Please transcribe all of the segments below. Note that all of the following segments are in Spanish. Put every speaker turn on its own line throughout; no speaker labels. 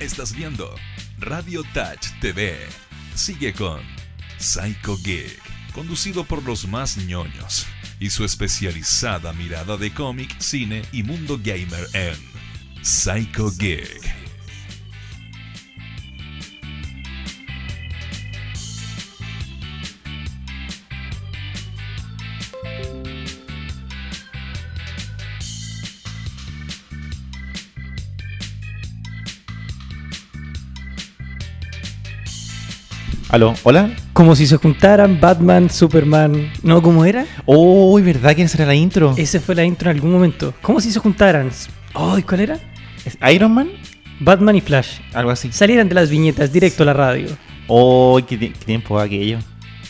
Estás viendo Radio Touch TV. Sigue con Psycho Geek, conducido por los más ñoños y su especializada mirada de cómic, cine y mundo gamer en Psycho Geek.
Aló, hola.
Como si se juntaran Batman, Superman. ¿No? ¿Cómo era?
Oh, ¿verdad que esa era la intro?
Esa fue la intro en algún momento. Como si se juntaran. Ay, ¿cuál era?
¿Es ¿Iron Man?
Batman y Flash.
Algo así.
Salieran de las viñetas directo a la radio.
Oh, qué, ti- qué tiempo aquello.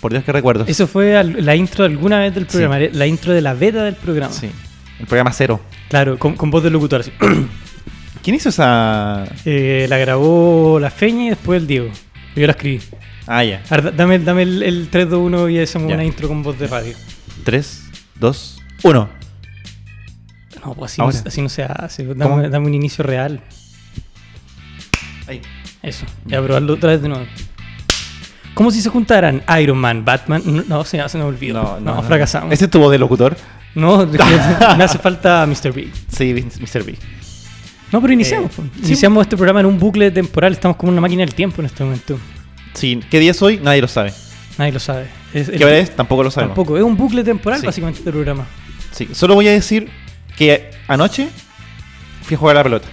Por Dios, qué recuerdos.
Eso fue al- la intro de alguna vez del programa, la intro de la beta del programa.
Sí. El programa cero.
Claro, con, con voz de locutor. así.
¿Quién hizo esa...?
Eh, la grabó la Feña y después el Diego. Yo la escribí.
Ah, ya.
A ver, da- dame, dame el, el 3, 2, 1 y hacemos
Ya.
una intro con voz de radio.
Tres, dos, uno.
No, pues así, no,
Ahora.
así no se hace.
¿Cómo?
Dame, dame un inicio real.
Ahí.
Eso. Ya, probarlo otra vez de nuevo. Como si se juntaran Iron Man, Batman. No, No, se, se me olvidó. No, fracasamos.
¿Ese es tu voz de locutor?
No, me hace falta Mr. Big.
Sí, Mr. B.
No, pero iniciamos.
Eh,
po.
sí.
Iniciamos este programa en un bucle temporal. Estamos como una máquina del tiempo en este momento.
Sí. ¿Qué día es hoy? Nadie lo sabe.
Nadie lo sabe. Es, el-
¿Qué hora es? Tampoco lo sabemos.
Tampoco. Es un bucle temporal,
Sí.
básicamente, este programa.
Sí. Solo voy a decir que anoche fui a jugar a la pelota.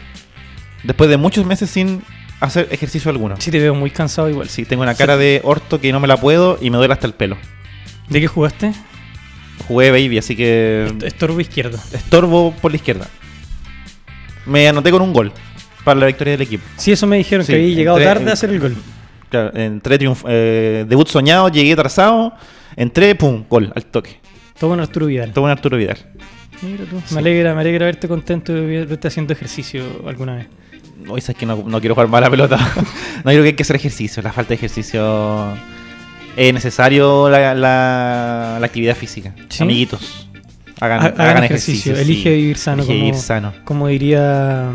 Después de muchos meses sin hacer ejercicio alguno.
Sí, te veo muy cansado igual.
Sí, tengo una cara de orto que no me la puedo y me duele hasta el pelo.
¿De qué jugaste?
Jugué baby, así que
Estorbo izquierdo.
estorbo por la izquierda. Me anoté con un gol para la victoria del equipo.
Sí, eso me dijeron
Sí,
que había llegado
entré-
tarde a hacer el gol.
Claro, entré triunf eh, debut soñado, llegué atrasado, entré, pum, gol al toque.
Todo en Arturo Vidal.
Todo un Arturo Vidal.
Mira tú.
Sí.
Me alegra, me alegra verte contento de verte haciendo ejercicio alguna vez.
Hoy sabes que no, no quiero jugar más a la pelota. no creo que hay que hacer ejercicio. La falta de ejercicio es necesario la, la- la actividad física.
Sí.
Amiguitos,
Ha-
hagan,
Hagan, ejercicio,
sí.
elige vivir sano,
Elige
como,
vivir sano.
como diría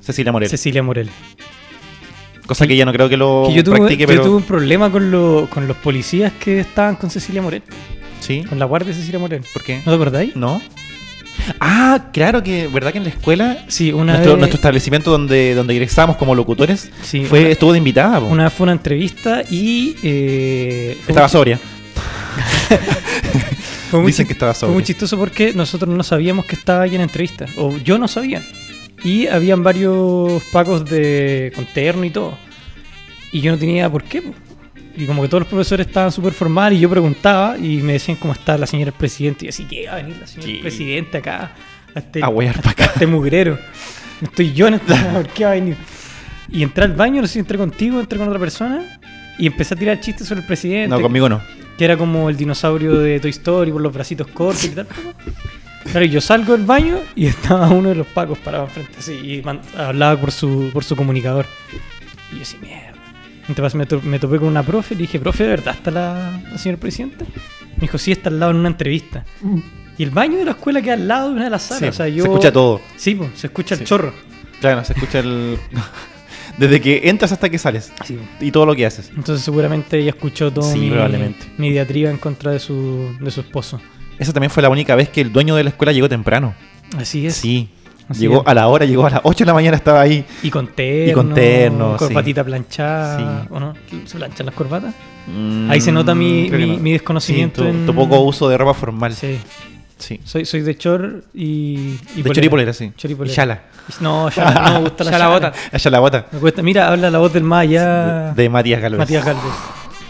Cecilia Morel.
Cecilia Morel.
Cosa que ya no creo que lo
Que yo, tuve,
practique,
yo
pero.
tuve un problema con, lo- con los policías que estaban con Cecilia Morel,
Sí.
con la guardia de Cecilia Morel.
¿Por qué?
¿No te acordáis?
No. Ah, claro que, ¿verdad que en la escuela
Sí, una
nuestro,
vez,
nuestro establecimiento donde, donde ingresamos como locutores
sí,
fue,
una-
estuvo de invitada. po.
una, vez fue una entrevista y eh, fue
Estaba
muy-
sobria.
fue muy
Dicen
chi-
que estaba
Fue muy
sobria.
chistoso porque nosotros no sabíamos que estaba ahí en entrevista, o yo no sabía. Y habían varios pacos de con terno y todo. Y yo no tenía idea por qué. po. Y como que todos los profesores estaban súper formales y yo preguntaba y me decían cómo está la señora presidenta. Y yo así, ¿qué va a venir la señora
Sí.
presidenta acá? A este,
Ah, A huear pa'
a este mugrero. No Estoy yo en esta, ¿por qué va a venir? Y entré al baño, no sé si entré contigo, entré con otra persona y empecé a tirar chistes sobre el presidente.
No, conmigo no.
Que era como el dinosaurio de Toy Story por los bracitos cortos y tal. Claro, y yo salgo del baño y estaba uno de los pacos parado enfrente así y man- hablaba por su, por su comunicador. Y yo así, mierda. Entonces me, to- me topé con una profe y le dije, profe, ¿de verdad está la, la señora presidenta? Me dijo, sí, está al lado en una entrevista. Y el baño de la escuela queda al lado de una de las salas.
Sí,
o sea,
se
yo-
escucha todo.
Sí, po, se escucha
Sí.
el chorro.
Claro, se escucha el. Desde que entras hasta que sales.
Sí, po.
Y todo lo que haces.
Entonces seguramente ella escuchó todo
Sí,
mi,
probablemente.
mi diatriba en contra de su, de su esposo.
Esa también fue la única vez que el dueño de la escuela llegó temprano.
Así es.
Sí.
Así
llegó
es.
a la hora, llegó a las 8 de la mañana, estaba ahí.
Y con terno.
Y con terno, sí.
Corbatita planchada.
Sí.
¿O no? ¿Se planchan las corbatas? Ahí se nota mi-
Mm, creo que
mi- mi desconocimiento
Sí, tu,
en-
tu poco uso de ropa formal. Sí.
Sí. Soy, soy de chor y. y
de choripolera, sí.
Chor y polera.
Y chala.
No, ya no me gusta la
Chala
chala.
bota. La chalabota.
Me cuesta. Mira, habla la voz del más allá.
De, de Matías Galvez.
Matías Galvez.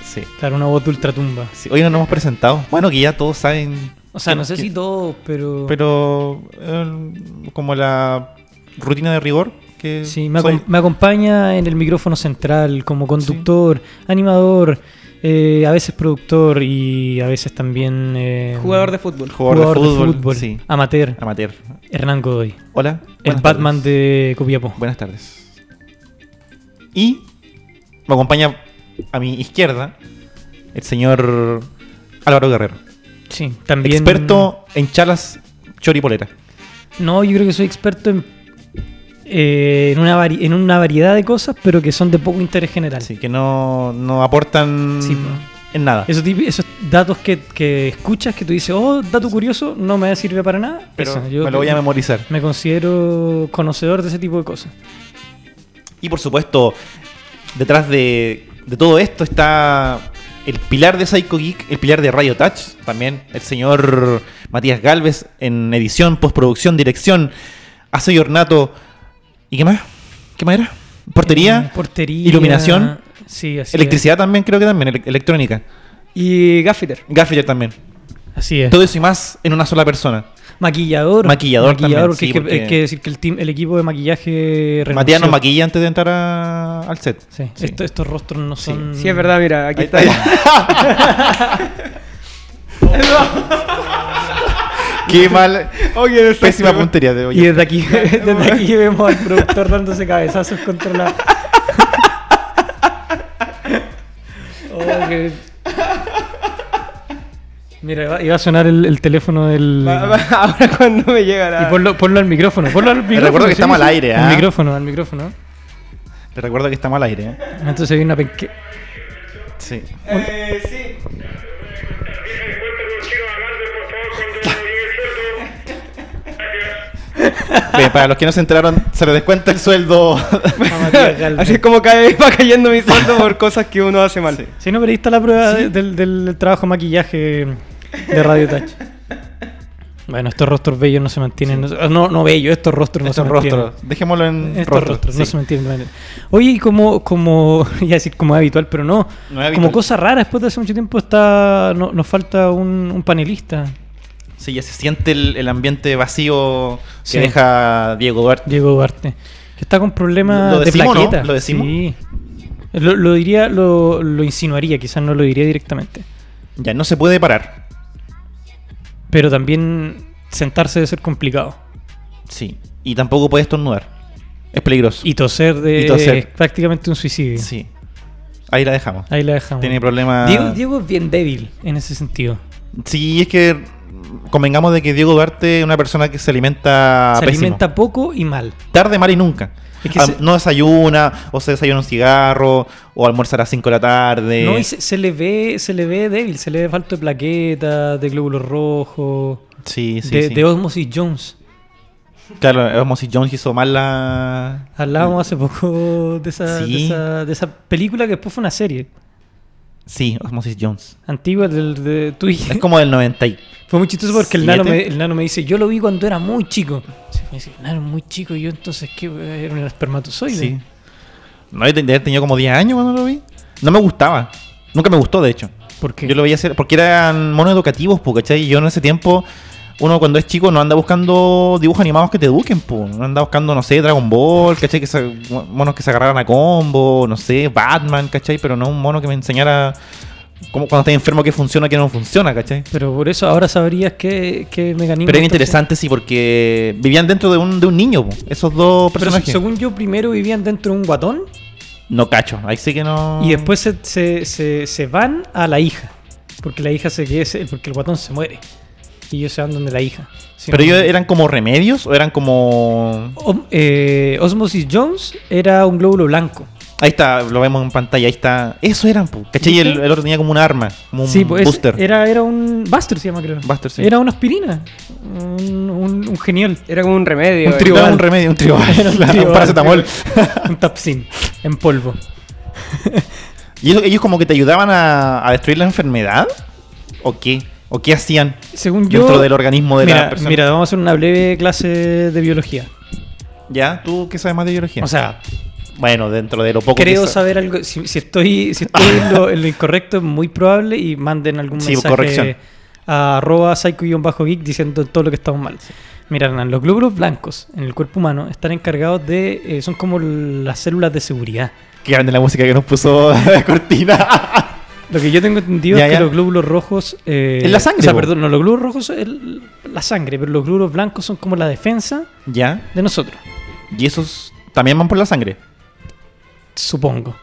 Sí.
Claro, una voz de ultratumba.
Sí, Hoy no nos hemos presentado. Bueno, que ya todos saben.
O sea,
que-
no sé
que-
si todos, pero.
Pero. eh, como la rutina de rigor. Que
Sí, me,
soy-
acom- me acompaña en el micrófono central como conductor, animador, eh, a veces productor y a veces también. eh,
Jugador de fútbol.
jugador, de fútbol. Sí.
Amateur.
Amateur.
Hernán Godoy.
Hola.
El
buenas
Batman
tardes.
de Copiapó.
Buenas tardes. Y me acompaña a mi izquierda el señor Álvaro Guerrero.
Sí, también.
Experto en chalas choripolera.
No, yo creo que soy experto en. eh, en, una vari- en una variedad de cosas, pero que son de poco interés general.
Así que no, no aportan
Sí, po.
en nada.
Esos, tipi- esos datos que, que escuchas, que tú dices, oh, dato curioso, no me sirve para nada.
pero
eso, yo
me lo voy a memorizar.
me considero conocedor de ese tipo de cosas.
Y por supuesto, detrás de, de todo esto está el pilar de Psycho Geek, el pilar de Radio Touch, también el señor Matías Galvez en edición, postproducción, dirección, hace y ornato. ¿Y qué más? ¿Qué más era? Portería,
Eh, portería.
iluminación,
Sí, así es.
electricidad también, creo que también, ele- electrónica.
Y gaffeter.
Gaffeter también.
Así es.
Todo eso y más en una sola persona.
Maquillador.
Maquillador también,
porque
sí,
hay que-
porque-
hay que decir que el, team- el equipo de maquillaje.
Matías nos
renunció.
maquilla antes de entrar a- al set.
Sí,
Sí.
esto- estos rostros no son.
Sí, es verdad, mira, aquí
Ahí
está.
está. Qué mal.
Oye,
Pésima puntería de hoy.
Y desde aquí, desde aquí vemos al productor dándose cabezazos contra la. Oh, que- Mira, iba, iba a sonar el, el teléfono del.
Ahora cuando me llega la...
Y ponlo, ponlo al micrófono. Ponlo al micrófono.
recuerdo que
sí,
estamos
sí,
al
sí.
aire, ¿ah?
Al micrófono, al micrófono.
Te recuerdo que estamos al aire. ¿eh?
Entonces hay una penque.
Sí.
Eh, sí.
Bien, para los que no se enteraron, se les descuenta el sueldo.
Así es como cae, va cayendo mi sueldo por cosas que uno hace mal.
Si no, pero ahí está la prueba de- del, del trabajo de maquillaje de Radio Touch. Bueno, estos rostros bellos no se mantienen. No, no, no bellos, estos rostros no
Estos
se
rostros.
mantienen.
Dejémoslo en
Estos
rostros.
rostros, no
sí.
se mantienen. de manera- Oye, y como, como, iba a decir como es habitual, pero no.
No es habitual.
Como cosa rara, después de hace mucho tiempo está no- nos falta un, un panelista.
Sí, ya se siente el, el ambiente vacío que
Sí.
deja Diego Duarte.
Diego Duarte, que está con problemas
¿Lo
de
decimos, no?
plaquetas.
¿Lo decimos?
Sí. Lo, lo diría, lo, lo insinuaría, quizás no lo diría directamente.
Ya no se puede parar.
Pero también sentarse debe ser complicado.
Sí. Y tampoco puede estornudar. Es peligroso.
Y toser de
Y toser.
es prácticamente un suicidio.
Sí. Ahí la dejamos.
Ahí la dejamos.
Tiene problemas.
Diego, Diego es bien débil en ese sentido.
Sí, es que convengamos de que Diego Duarte es una persona que se alimenta Ah,
Se
pésimo.
alimenta poco y mal.
tarde, mal y nunca.
Es que
Ah,
se-
No desayuna, o se desayuna un cigarro, o almuerza a las 5 de la tarde.
No, y se, se le ve, se le ve débil, se le ve falta de plaquetas, de glóbulos rojos,
Sí, sí,
de,
sí.
de osmosis Jones.
Claro, Osmosis Jones hizo mal la...
Hablábamos hace poco de esa,
Sí.
de, esa, de esa película que después fue una serie
Sí, Osmosis Jones.
antigua del de tú y-
Es como del 90 y...
Fue muy chistoso porque el nano, me,
¿Siete?
el nano me dice, yo lo vi cuando era muy chico. Me dice, el nano muy chico, y yo entonces, ¿qué? Era un espermatozoide.
Sí. No, yo tenía tenido como 10 años cuando lo vi. No me gustaba. Nunca me gustó, de hecho.
¿Por qué?
Yo lo veía hacer... Porque eran monos educativos, po, ¿cachai? Y yo en ese tiempo... Uno cuando es chico no anda buscando dibujos animados que te eduquen, po. No anda buscando, no sé, Dragon Ball, ¿cachai? Que se- monos que se agarraran a combo, no sé, Batman, ¿cachai? Pero no un mono que me enseñara cómo cuando estás enfermo qué funciona, qué no funciona, ¿cachai?
Pero por eso ahora sabrías qué, qué mecanismo.
Pero era
está
interesante, sí, porque vivían dentro de un, de un niño, po, esos dos
haciendo. Pero
personajes.
según yo, primero vivían dentro de un guatón
No cacho, ahí sí que no...
y después se, se- se- se van a la hija. Porque la hija se quede, se- porque el guatón se muere. Y ellos se van donde la hija. Si
¿Pero
no-
ellos eran como remedios o eran como...?
Om- eh, Osmosis Jones era un glóbulo blanco.
Ahí está, lo vemos en pantalla, ahí está. Eso eran, po, ¿cachai? Y el, el otro tenía como un arma, como un
sí, pues
booster.
Era, era un. Buster se llama, creo.
Buster, sí.
Era una aspirina. Un, un- un genial.
Era como un remedio.
Un
eh.
tribal. un remedio, un tribal.
Era un
claro,
tribal.
un paracetamol.
un tapsin en polvo.
¿Y eso- ellos como que te ayudaban a, a destruir la enfermedad? ¿O qué? ¿O qué hacían
Según yo.
dentro del organismo de la
mira,
persona?
mira, vamos a hacer una breve clase de biología.
¿Ya? ¿Tú qué sabes más de biología?
O sea,
bueno, dentro de lo poco
creo
que sa-
saber algo. Si, si estoy, si estoy en, lo, en lo incorrecto, es muy probable y manden algún
Sí, pues,
mensaje
corrección.
a arroba psycho-geek diciendo todo lo que estamos mal. Mira, Hernán, los glóbulos blancos en el cuerpo humano están encargados de. eh, son como las células de seguridad.
Que grande la música que nos puso Cortina.
Lo que yo tengo entendido
Ya,
es
ya.
que los glóbulos rojos. eh,
Es la sangre,
O sea,
po.
perdón, no, los glóbulos rojos son el- la sangre, pero los glóbulos blancos son como la defensa
¿Ya?
de nosotros,
¿Y esos también van por la sangre?
supongo.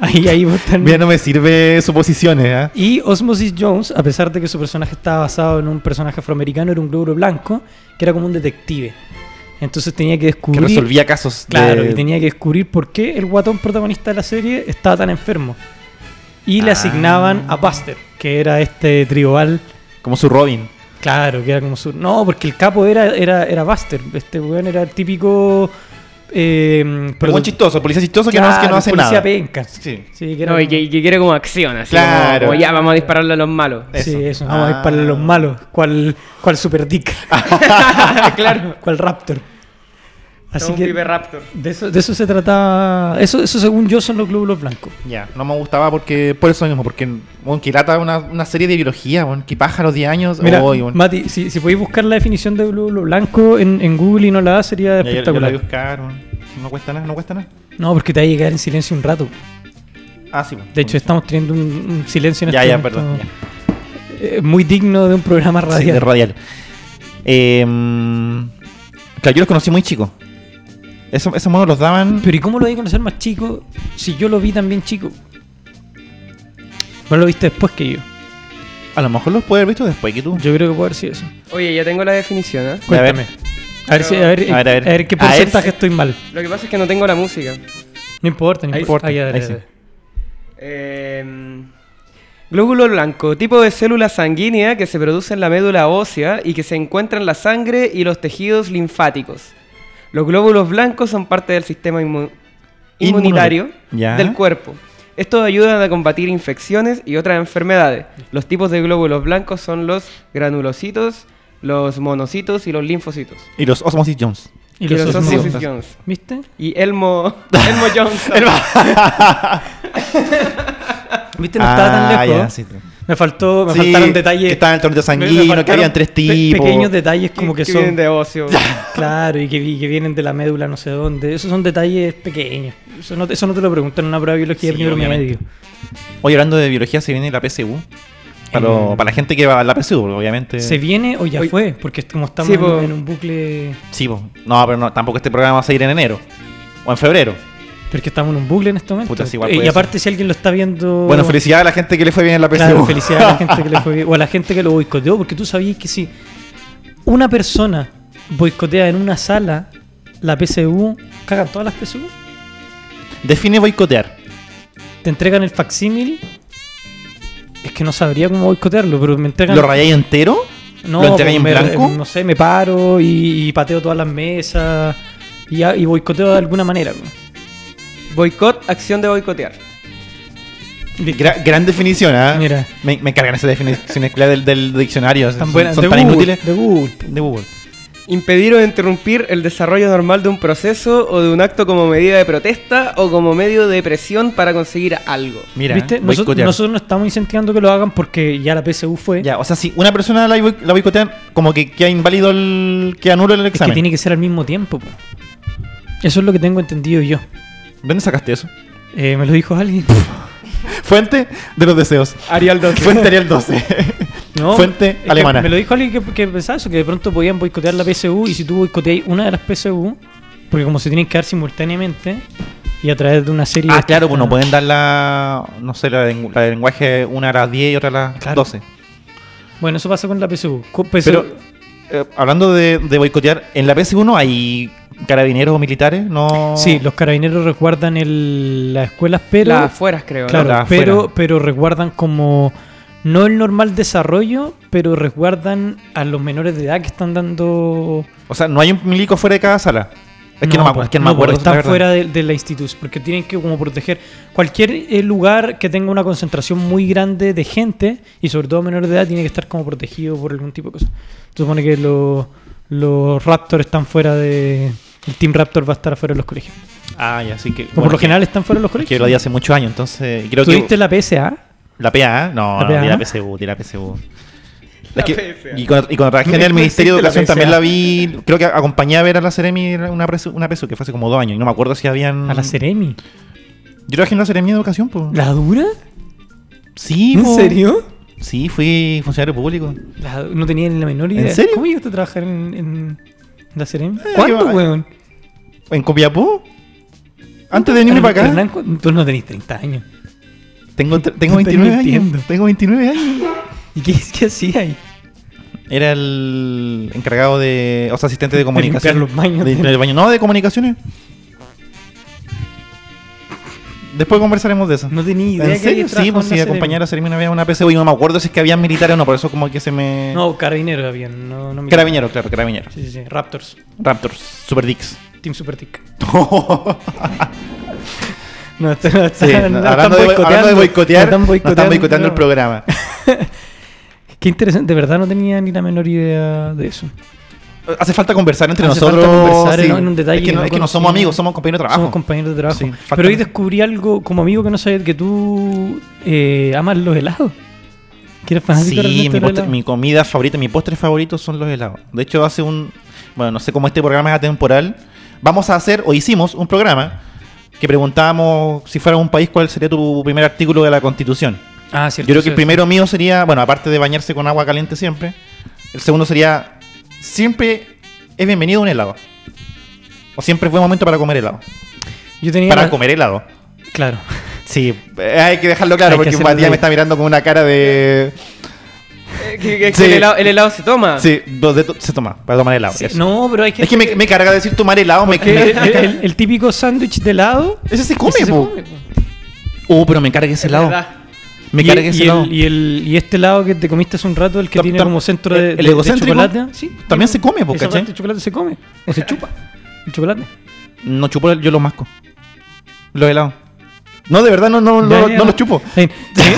Ahí, ahí vos también.
Mira, no me sirve suposiciones, ¿ah?
Y Osmosis Jones, a pesar de que su personaje estaba basado en un personaje afroamericano, era un glóbulo blanco, que era como un detective. Entonces tenía que
Que
descubrir.
resolvía casos.
Claro,
de-
y tenía que descubrir por qué el guatón protagonista de la serie estaba tan enfermo. Y le
Ah.
asignaban a Buster, que era este tribal.
Como su Robin.
Claro, que era como su. No, porque el capo era, era, era Buster. Este weón era el típico. Eh,
Pero
produ-
un chistoso, policía chistoso que, no, que
Claro,
no hace
policía
nada.
penca.
Sí.
Sí, que era
No, y
como-
que, y que quiere como acción, así.
Claro.
Claro. Como, ya, vamos a dispararle a los malos.
Eso.
Sí, eso. Vamos a ir
Ah.
para los malos. ¿Cuál, cuál Super Dick?
claro.
¿Cuál Raptor? Así
un
que
pibe raptor.
de eso, de eso se trataba. Eso, eso según yo son los glóbulos blancos.
Ya, no me gustaba porque por eso mismo, porque bueno, que lata una, una serie de biología, bueno, que paja a los 10 años.
Mira,
oh, y bueno,
Mati, si, si podéis buscar la definición de glóbulo blanco en, en Google y no la das, sería
ya- ya- ya
espectacular.
la voy a buscar, bueno. No cuesta nada, no cuesta nada.
no, porque te va a llegar en silencio un rato.
Ah, sí. bueno.
De hecho, estamos teniendo un, un silencio en
ya,
este
ya,
momento,
perdón. ya.
eh, muy digno de un programa
Sí, de
radial.
radial. Eh, claro, yo los conocí muy chicos. Esos, esos monos los daban.
Pero ¿y cómo lo voy a conocer más chico si yo lo vi también chico? Vos lo viste después que yo.
A lo mejor los puede haber visto después que tú.
Yo creo que puede haber sido eso.
Oye, ya tengo la definición, ¿eh?
A ver.
Cuéntame. A ver, si- a ver,
A ver, a ver.
a ver qué
A ver
porcentaje
si-
estoy mal.
Lo que pasa es que no tengo la música.
No importa, no
Ahí
importa.
importa,
Ahí, a ver,
ahí
a ver.
sí.
Eh, glóbulo blanco, tipo de célula sanguínea que se produce en la médula ósea y que se encuentra en la sangre y los tejidos linfáticos. Los glóbulos blancos son parte del sistema inmu- inmunitario
Ya.
del cuerpo. Estos ayudan a combatir infecciones y otras enfermedades. Los tipos de glóbulos blancos son los granulocitos, los monocitos y los linfocitos.
Y los Osmosis Jones.
Y los
los
osmos.
Osmosis Jones.
¿Viste?
Y Elmo, Elmo Johnson.
¿Viste? No estaba tan lejos. Me faltó, me
Ah, Sí,
faltaron detalles.
Que estaban el torneo
me- me
sanguíneo, que
faltaron
habían tres
pe-
tipos.
Pequeños detalles como que,
que
son.
vienen de ocio.
Claro, y que, vi- que vienen de la médula no sé dónde. Esos son detalles pequeños. Eso no, te- eso no te lo preguntan en una prueba de biología
Sí,
de primer
obviamente.
medio.
Oye, hablando de biología, se viene la PSU. Para, lo-
Mm.
para la gente que va a la PSU, porque obviamente.
¿Se viene o ya
Oye.
fue? Porque como estamos
Sí,
en-
po.
en un bucle.
Sí, po. No, pero no, tampoco este programa va a seguir en enero. O en febrero.
Pero es que estamos en un bucle en este momento.
Puta, sí, igual
Eh, y
puede
aparte, si alguien lo está viendo.
Bueno, felicidades a la gente que le fue bien en la PSU.
Claro, felicidades a la gente que le fue bien, O a la gente que lo boicoteó, porque tú sabías que si una persona boicotea en una sala la PSU, cagan todas las PSU,
Define boicotear.
te entregan el facsímil. Es que no sabría cómo boicotearlo, pero me entregan.
¿Lo rayáis entero?
no,
¿Lo entregáis
pues,
en
me-
blanco?
eh, No sé, me paro y, y pateo todas las mesas y, a- y boicoteo de alguna manera. pues. ¿no?
Boicot, acción de boicotear.
Gra- gran definición, ¿ah?
Mira.
Me, me cargan esas definiciones claras del, del diccionario.
Tan
son
buenas,
son
de
tan
Google,
inútiles.
De Google.
De Google.
Impedir o interrumpir el desarrollo normal de un proceso o de un acto como medida de protesta o como medio de presión para conseguir algo.
Mira,
¿Viste? Nosot-
boicotear.
nosotros no estamos incentivando que lo hagan porque ya la PSU fue.
Ya, o sea, si una persona la, boi- la boicotean, como que queda inválido el. que anula el
Es que
examen.
tiene que ser al mismo tiempo. po. Eso es lo que tengo entendido yo.
¿Dónde sacaste eso?
Eh, me lo dijo alguien.
Fuente de los deseos.
Arial 12.
Fuente Arial 12.
No,
Fuente
es que
alemana.
Me lo dijo alguien que, que pensaba eso, que de pronto podían boicotear la PSU y si tú boicoteas una de las PSU, porque como se tienen que dar simultáneamente y a través de una serie
Ah,
de-
claro, pues no pueden dar la. No sé, la de, la de lenguaje, una a las 10 y otra a las
Claro.
12.
Bueno, eso pasa con la PSU. Co- PSU
Pero, eh, hablando de, de boicotear, en la PS1 hay carabineros o militares, ¿no?
sí, los carabineros resguardan el, las escuelas, pero
Las afueras, creo. ¿no?
Claro,
Las
pero,
afuera.
pero resguardan como. No el normal desarrollo, pero resguardan a los menores de edad que están dando.
O sea, no hay un milico fuera de cada sala. Es que no, me, acu-
pues,
es que no
no,
me acuerdo.
pues,
la
Están
verdad.
fuera de, de la institución, porque tienen que como proteger cualquier eh, lugar que tenga una concentración muy grande de gente y sobre todo menores de edad tiene que estar como protegido por algún tipo de cosa. Se supone que los, los Raptors están fuera de. El Team Raptor va a estar afuera de los colegios.
Ah, ya, así que.
O por lo general están fuera de los
Que
colegios.
lo di hace muchos años, entonces. Creo que.
¿Tuviste la PSA?
La PA, no, la
¿La PA?
di la PSU, di la PSU.
La
Es que-
PSA.
y, cuando, y cuando trabajé en el
No
Ministerio de
existe la
Educación
PSA.
también la vi, creo que acompañé a ver a la Ceremi una, presu- una PSU que fue hace como dos años y no me acuerdo si habían...
¿A la Ceremi?
Yo trabajé en la Ceremi de Educación, pues.
¿La dura?
Sí,
¿En
po.
serio?
Sí, fui funcionario público.
La- no tenía ni la menor idea.
¿En serio?
¿Cómo llegaste a trabajar en, en la Seremi?
Eh,
¿Cuánto,
que va-
weón?
¿En Copiapó? Antes de venirme para acá.
Hernán, cu- tú no tenés 30 años.
Tengo, tre- tengo
Te estoy
29
mintiendo.
años. Tengo 29 años.
¿Y qué, qué hacía ahí?
Era el encargado de. O sea, asistente de comunicación.
limpiar los baños.
De limpiar el baño. No, de comunicaciones. Después conversaremos de eso.
No tenía idea que
¿En serio?
alguien
Sí,
trabajaba
pues
en
sí,
una
acompañar a hacerme una vez a una PCU y no me acuerdo si es que había militares o no, por eso como que se me.
No, carabinero había, no, no me-
Carabinero, claro, carabinero.
Sí, sí, sí. Raptors.
Raptors, Super Dicks.
Team Super Tick. No,
Sí, hablando, de, hablando de boicotear,
Están
nos
boicoteando,
están boicoteando el programa.
Qué interesante, de verdad no tenía ni la menor idea de eso.
Hace falta conversar entre
Hace
nosotros.
falta conversar
sí.
en- en un detalle
es que,
que
no,
no
es que no somos
conocimos.
amigos, somos compañeros de trabajo.
Somos compañeros de trabajo.
Sí, falta-
Pero hoy descubrí algo como amigo que no sabía que tú eh, amas los helados. Que eres fanático
Sí, mi,
realmente de los
postre-
helados.
mi comida favorita, mi postre favorito son los helados. De hecho, hace un. Bueno, no sé cómo este programa es atemporal. Vamos a hacer, o hicimos, un programa que preguntábamos si fuera un país cuál sería tu primer artículo de la Constitución.
Ah, cierto.
Yo creo que
sí,
el primero mío sería, bueno, aparte de bañarse con agua caliente siempre, el segundo sería, siempre es bienvenido un helado. O siempre es buen momento para comer helado.
Yo tenía
Para comer helado.
Claro.
Sí, eh, hay que dejarlo claro
Hay que
porque
hacerlo
Matías
bien.
me está mirando con una cara de...
Eh, que- que- que
Sí.
el, helado, el helado se toma.
Sí, donde to- se toma, para tomar helado.
Ah. Sí,
eso.
no, pero hay
Es
gente
que me, me carga decir tomar helado. Me,
que
me-
el, el- el típico sándwich de helado.
ese se come,
ese se
po.
come, po.
Oh, pero me carga ese
Es
helado.
verdad.
Me
y,
carga ese
y
helado.
el, y, el- y este helado que te comiste hace un rato, el que
Tam-
tiene
tam-
como centro de,
el
de- de
egocéntrico
chocolate. Sí,
también se come, po,
Esa
¿cachai?
parte de chocolate se come. O se chupa. El chocolate.
No chupo, el- yo lo masco. Los helados. No, de verdad, no, no,
Ya,
no,
ya.
no los chupo.
Sí, sí,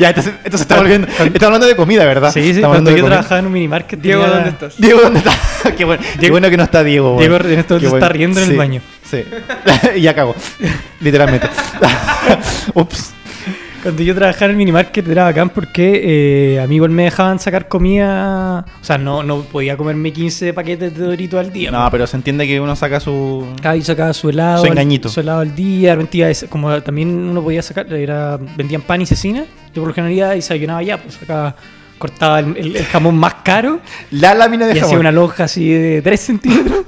Ya, entonces, entonces estamos volviendo. Estamos hablando de comida, ¿verdad?
sí,
Estamos hablando
cuando
de
yo
comida.
trabajaba en un minimarket.
Diego,
tenía-
¿dónde estás?
Diego, ¿dónde está? qué, bueno, qué
Diego-
bueno que no está Diego. güey.
Diego en este
Qué
momento
bueno.
está riendo en el
Sí,
baño.
Sí. y ya cago. Literalmente. Ups.
Cuando yo trabajaba en el minimarket era bacán porque eh, a mí igual me dejaban sacar comida. O sea, no, no podía comerme 15 paquetes de Dorito al día.
No, pero se entiende que uno saca su.
Cada y sacaba su helado.
Su
al-
engañito.
Su helado al día. de repente iba a ese- como también uno podía sacar, era, vendían pan y cecina. Yo por lo general iba y desayunaba ya, pues sacaba, cortaba el, el- el jamón más caro
La lámina de
y hacía
jamón.
una lonja así de 3 centímetros.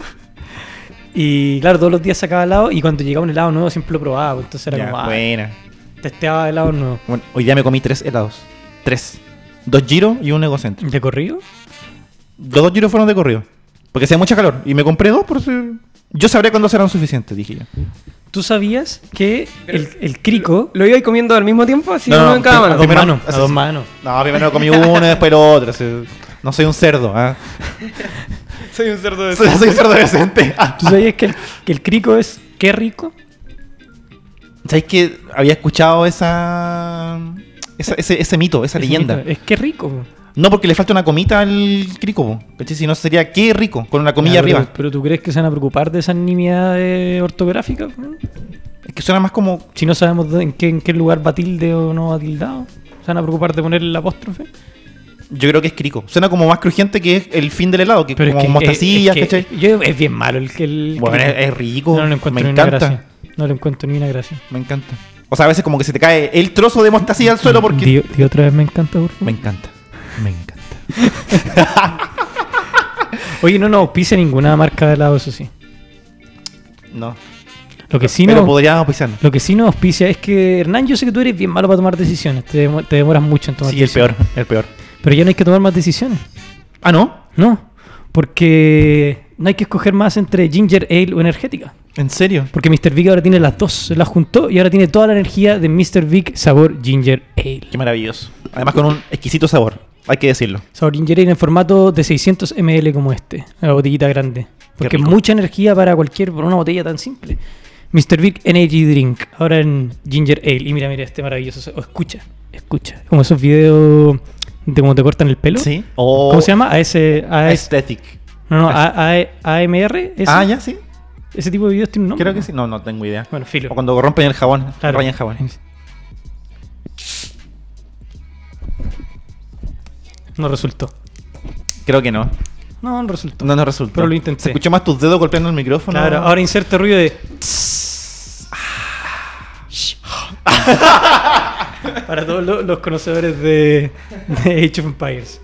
Y claro, todos los días sacaba helado y cuando llegaba un helado nuevo siempre lo probaba. pues, Entonces era
Ya,
como, ah,
buena.
testeaba helado nuevo.
Bueno, hoy día me comí tres helados. Tres. Dos giros y un egocentro.
¿De corrido?
Los dos giros fueron de corrido. Porque hacía mucha calor. Y me compré dos por si. Yo sabré cuándo serán suficientes, dije yo.
¿Tú sabías que el, el crico.
¿Lo iba comiendo al mismo tiempo? Así
No,
uno
no,
en cada
pero-
a
mano.
dos
primero-
manos. A
así-
dos manos.
No, primero comí uno, después lo otro. así. No soy un cerdo. ¿ah?
Soy un cerdo de
Soy soy un cerdo decente. Ah.
¿Tú sabías que el, que el crico es qué rico?
¿Sabes que había escuchado esa, esa- ese, ese mito, esa
Ese
leyenda?
mito, eh. Es qué rico. po.
No, porque le falta una comita al crico, po, ¿cachai? Si no sería qué rico, con una comilla
Ya, pero-
arriba.
Pero, ¿tú crees que se van a preocupar de esa nimiedad eh, ortográfica? po?
Es que suena más como.
Si no sabemos dónde- en qué, en qué lugar va tilde o no va tildado. ¿Se van a preocupar de poner el apóstrofe?
Yo creo que es crico. Suena como más crujiente que es el fin del helado, que
Pero
como
es que,
mostacillas,
eh, es que-
¿cachai?
yo- es bien malo el que el
Bueno,
crico.
es, es rico.
No le encuentro
me
ni
encanta.
una gracia. No le encuentro ni una gracia.
Me encanta. O sea, a veces como que se te cae el trozo de mostacilla al suelo porque.
Di- di otra vez me encanta, por favor.
Me encanta. Me encanta.
Oye, no nos auspicia ninguna marca de helado, eso sí.
No.
Lo que sí
Pero
nos
podríamos pisar.
Lo que sí nos auspicia es que, Hernán, yo sé que tú eres bien malo para tomar decisiones. Te, demo- te demoras mucho en tomar
Sí, el
decisiones.
peor. El peor.
Pero ya no hay que tomar más decisiones.
Ah, ¿no?
No. Porque no hay que escoger más entre ginger ale o energética.
¿En serio?
Porque Mr. Big ahora tiene las dos. Se las juntó y ahora tiene toda la energía de Mr. Big sabor ginger ale.
Qué maravilloso. Además con un exquisito sabor, hay que decirlo.
Sabor ginger ale en formato de 600 ml como este. La botellita grande. Porque
rico.
mucha energía para cualquier, por una botella tan simple. Mr. Big Energy Drink. Ahora en Ginger Ale. Y mira, mira este maravilloso. sa- oh, escucha, escucha. Como esos videos de cómo te cortan el pelo.
O
¿Cómo se llama? Ah, A ese. A ese-
Aesthetic.
no, no, a, a- AMR. Ese,
Ah, ya, sí.
Ese tipo de videos tiene un nombre.
Creo que
¿no?
sí. No, no tengo idea.
Bueno, filo.
O cuando rompen el jabón,
Claro.
rayan jabón.
No resultó.
Creo que no.
No, no resultó.
No nos resultó.
Pero lo intenté.
Se escuchó más tus dedos golpeando el micrófono.
Claro, ahora inserta ruido de. Para todos lo- los, conocedores de, de Age of Empires.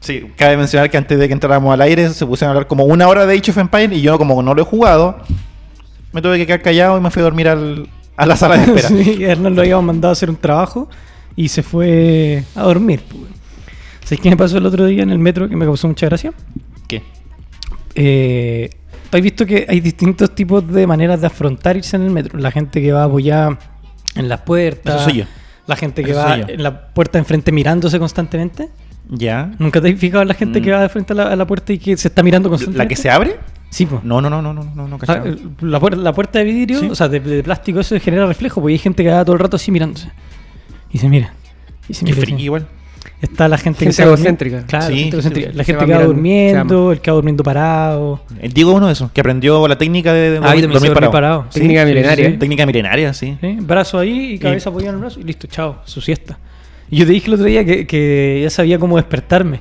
Sí, cabe mencionar que antes de que entráramos al aire se pusieron a hablar como una hora de Age of Empire y yo como no lo he jugado, me tuve que quedar callado y me fui a dormir al- a la sala de espera.
Sí, Hernán lo habíamos mandado a hacer un trabajo y se fue a dormir. pues. ¿Sabes qué me pasó el otro día en el metro que me causó mucha gracia?
¿Qué?
Eh, ¿Has visto que hay distintos tipos de maneras de afrontar irse en el metro? La gente que va apoyada en las puertas.
Eso soy yo.
La gente que
Eso
va
soy yo.
en la puerta enfrente mirándose constantemente.
¿Ya?
¿Nunca te has fijado en la gente que
Mm.
va de frente a la, a la puerta y que se está mirando constantemente?
¿La que se abre?
Sí, pues.
No, no, no, no, no, no, no,
Ah,
cachaba.
eh, La, puer- la puerta de vidrio,
Sí.
o sea, de, de plástico, eso genera reflejo, porque hay gente que va todo el rato así mirándose. Y se mira. Y se
Qué
mira, y se
friki
mira.
igual.
Está la gente, que
Gente
se va durmi-
egocéntrica.
Claro,
Sí,
gente
sí,
egocéntrica.
sí.
La
Se
gente
va
que va
mirando,
durmiendo, el que va durmiendo parado.
El Eh, Diego es uno de esos, que aprendió la técnica de de
Ah, yo también sé dormir
parado.
parado.
Sí,
Técnica
sí, sí,
milenaria.
sí. Técnica milenaria, sí.
¿Sí? Brazo ahí y cabeza apoyada en el brazo y listo, chao, su siesta. Y yo te dije el otro día que, que ya sabía cómo despertarme,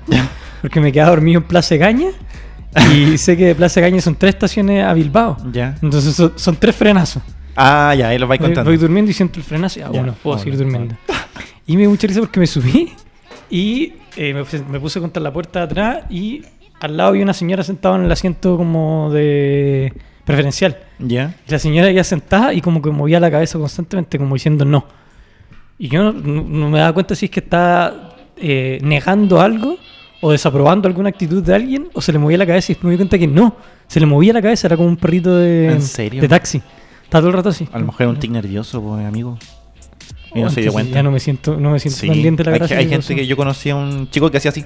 porque me quedaba dormido en Plaza Gaña y sé que de Plaza Gaña son tres estaciones a Bilbao.
Ya.
Entonces son, son tres frenazos.
Ah, ya, ahí los vais
Voy,
contando.
voy durmiendo y siento el frenazo. Ah,
Ya,
bueno, puedo
bueno,
seguir durmiendo. Y me dio mucha risa porque me subí y eh, me, puse- me puse contra la puerta de atrás y al lado había una señora sentada en el asiento como de preferencial.
Ya.
Y la señora ya sentada y como que movía la cabeza constantemente, como diciendo no. Y yo no, no me daba cuenta si es que está eh, negando algo o desaprobando alguna actitud de alguien o se le movía la cabeza y después me di cuenta que no. Se le movía la cabeza, era como un perrito de,
¿En serio?
de taxi. Estaba todo el rato así.
A lo mejor era un tic nervioso, pues, amigo. Y no se dio
Oh, Entonces
cuenta.
Ya no me siento, no me siento
Sí.
tan bien de la
hay,
gracia.
hay
que
gente
pasó.
que yo conocía un chico que hacía así.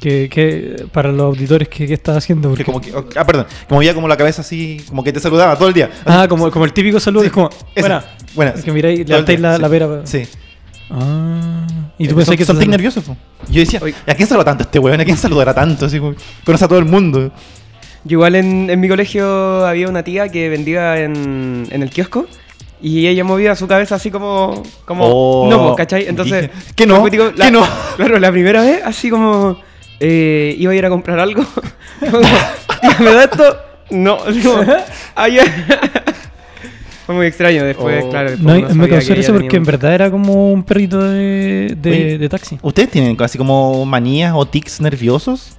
Que- que, para los auditores, ¿qué, qué estás haciendo?
que
Porque-
como que, ah, perdón. Que movía como la cabeza así, como que te saludaba todo el día.
ah, como, como el típico saludo, es como,
Ese.
buena.
Buena.
Que miráis,
Todo el
levantáis
día,
la,
sí.
la pera.
Sí.
Ah. Y tú
Eh,
pensás
son- son
que te
tic
saludan.
nerviosos, po. Yo decía,
Oye.
¿a quién saluda tanto este weón? ¿A quién saludará tanto? Así, como, conoce a todo el mundo.
Yo igual en, en mi colegio había una tía que vendía en, en el kiosco y ella movía su cabeza así como... como
Oh,
no, pues, ¿cachai? Entonces...
dije, ¿qué no?
fue cuático, la-
¿qué no?
Claro, la primera vez así como... eh, iba a ir a comprar algo. Como, "Tía, ¿Me da esto? No. así como, "Ay, ay". Fue muy extraño después,
Oh.
claro. después
No,
uno
me
sabía
causó eso
que ella
porque
tenía
en
un-
verdad era como un perrito de, de,
Oye.
de taxi.
¿Ustedes tienen así como manías o tics nerviosos?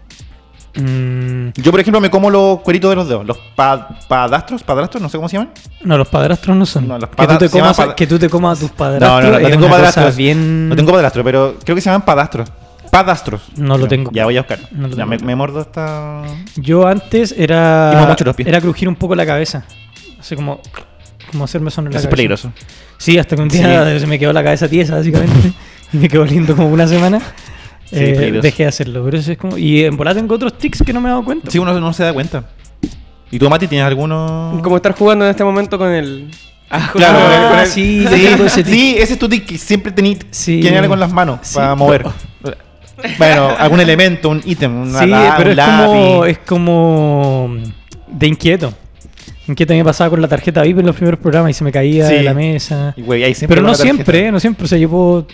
Mm,
Yo, por ejemplo, me como los cueritos de los dedos. Los pa- padastros, padrastros, no sé cómo se llaman.
no, los padrastros no son.
No, los
que, tú te
padrastros se
comas,
llaman padra-
que tú te comas a tus
No,
padrastros.
no, no, no
es
tengo
una cosa
padrastros.
Bien...
No tengo padrastros, pero creo que se llaman padastros. Padastros.
No
Creo.
lo tengo.
Ya voy a buscar.
No lo
ya
tengo.
me, me mordo hasta.
Yo antes
Y
era,
mamá mucho los pies.
era crujir un poco la cabeza. Así como, como hacerme sonar la
Eso es
cabeza.
peligroso.
Sí, hasta que un día se me quedó la cabeza tiesa, básicamente. y me quedó lindo como una semana.
Sí,
Eh,
peligroso.
dejé de hacerlo. Pero eso es como... Y en volada tengo otros tics que no me he dado cuenta.
Sí, uno no se da cuenta. ¿Y tú, Mati, tienes alguno.?
Como estar jugando en este momento con el... Ah,
Claro,
con el-
Ah,
con el-
sí, yo
sí,
tengo ese tic.
sí, ese es tu tic que siempre tenías
Sí.
que tener con las manos
Sí.
para mover. Bueno, algún elemento, un ítem, una
Sí,
la-
pero
un
es como,
lápiz.
es como de inquieto. Inquieto me pasaba con la tarjeta VIP en los primeros programas y se me caía
Sí.
de la mesa.
Y, güey, ahí siempre
Pero
con
no
la tarjeta.
siempre, ¿eh? no siempre. O sea, yo puedo...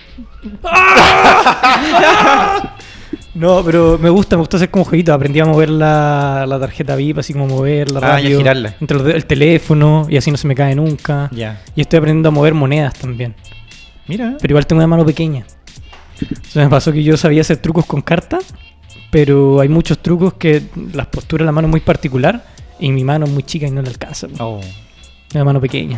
No, pero me gusta, me gusta hacer como jueguito. Aprendí a mover la, la tarjeta VIP, así como moverla
Ah, y a
rápido.
girarla.
Entre los dedos, el teléfono y así no se me cae nunca.
Ya.
Y estoy aprendiendo a mover monedas también.
Mira. ¿eh?
Pero igual tengo una mano pequeña. Entonces me pasó que yo sabía hacer trucos con cartas, pero hay muchos trucos que las posturas de la mano es muy particular y mi mano es muy chica y no le alcanza. Es
Oh,
Una mano pequeña.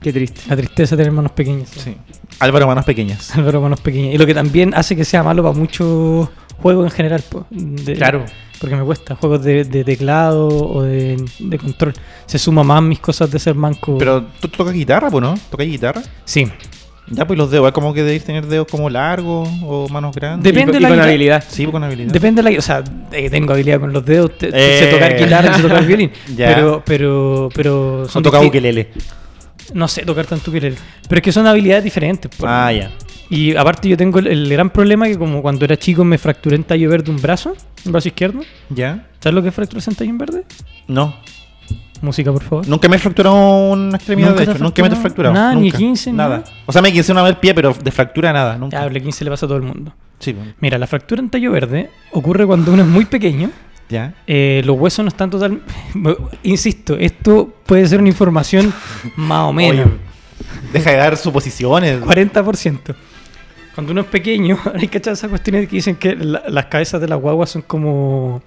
Qué triste.
La tristeza de tener manos pequeñas.
sí. Álvaro, manos pequeñas.
Álvaro, manos pequeñas. Y lo que también hace que sea malo para muchos juegos en general. po, de-
Claro.
Porque me cuesta. Juegos de, de teclado o de, de control. Se suma más mis cosas de ser manco.
Pero tú tocas guitarra, pues, ¿no? ¿Tocas guitarra?
sí.
Ya, pues los dedos. Es como que debes tener dedos como largos o manos grandes.
Depende
y,
de
y
la
con
guitarra-
habilidad.
Sí, pues con habilidad.
Depende de la... O sea, eh, tengo habilidad con los dedos, te- te- sé
Eh.
tocar guitarra, sé tocar violín.
Ya.
Pero, pero, pero...
No
son
tocas
disti-
ukelele.
No sé tocar tanto ukelele. Pero es que son habilidades diferentes. por-
Ah, ya.
Y aparte yo tengo el, el gran problema que como cuando era chico me fracturé en tallo verde un brazo, un brazo izquierdo.
¿Ya?
¿Sabes lo que es fracturarse en tallo verde?
No.
Música, por favor.
Nunca me he fracturado una extremidad,
¿Nunca
de
te
hecho.
has
Nunca me he
fracturado?
fracturado.
Nada, ni
Nunca.
15, nada.
O sea, me quince una vez el pie, pero de fractura nada,
Ya,
nunca.
hable 15 le pasa a todo el mundo.
Sí, pues,
Mira, la fractura en tallo verde ocurre cuando uno es muy pequeño.
ya.
eh, los huesos no están total... Insisto, esto puede ser una información más o menos.
Oye, deja de dar suposiciones.
40%. Cuando uno es pequeño, hay que echar esas cuestiones que dicen que la- las cabezas de las guaguas son como.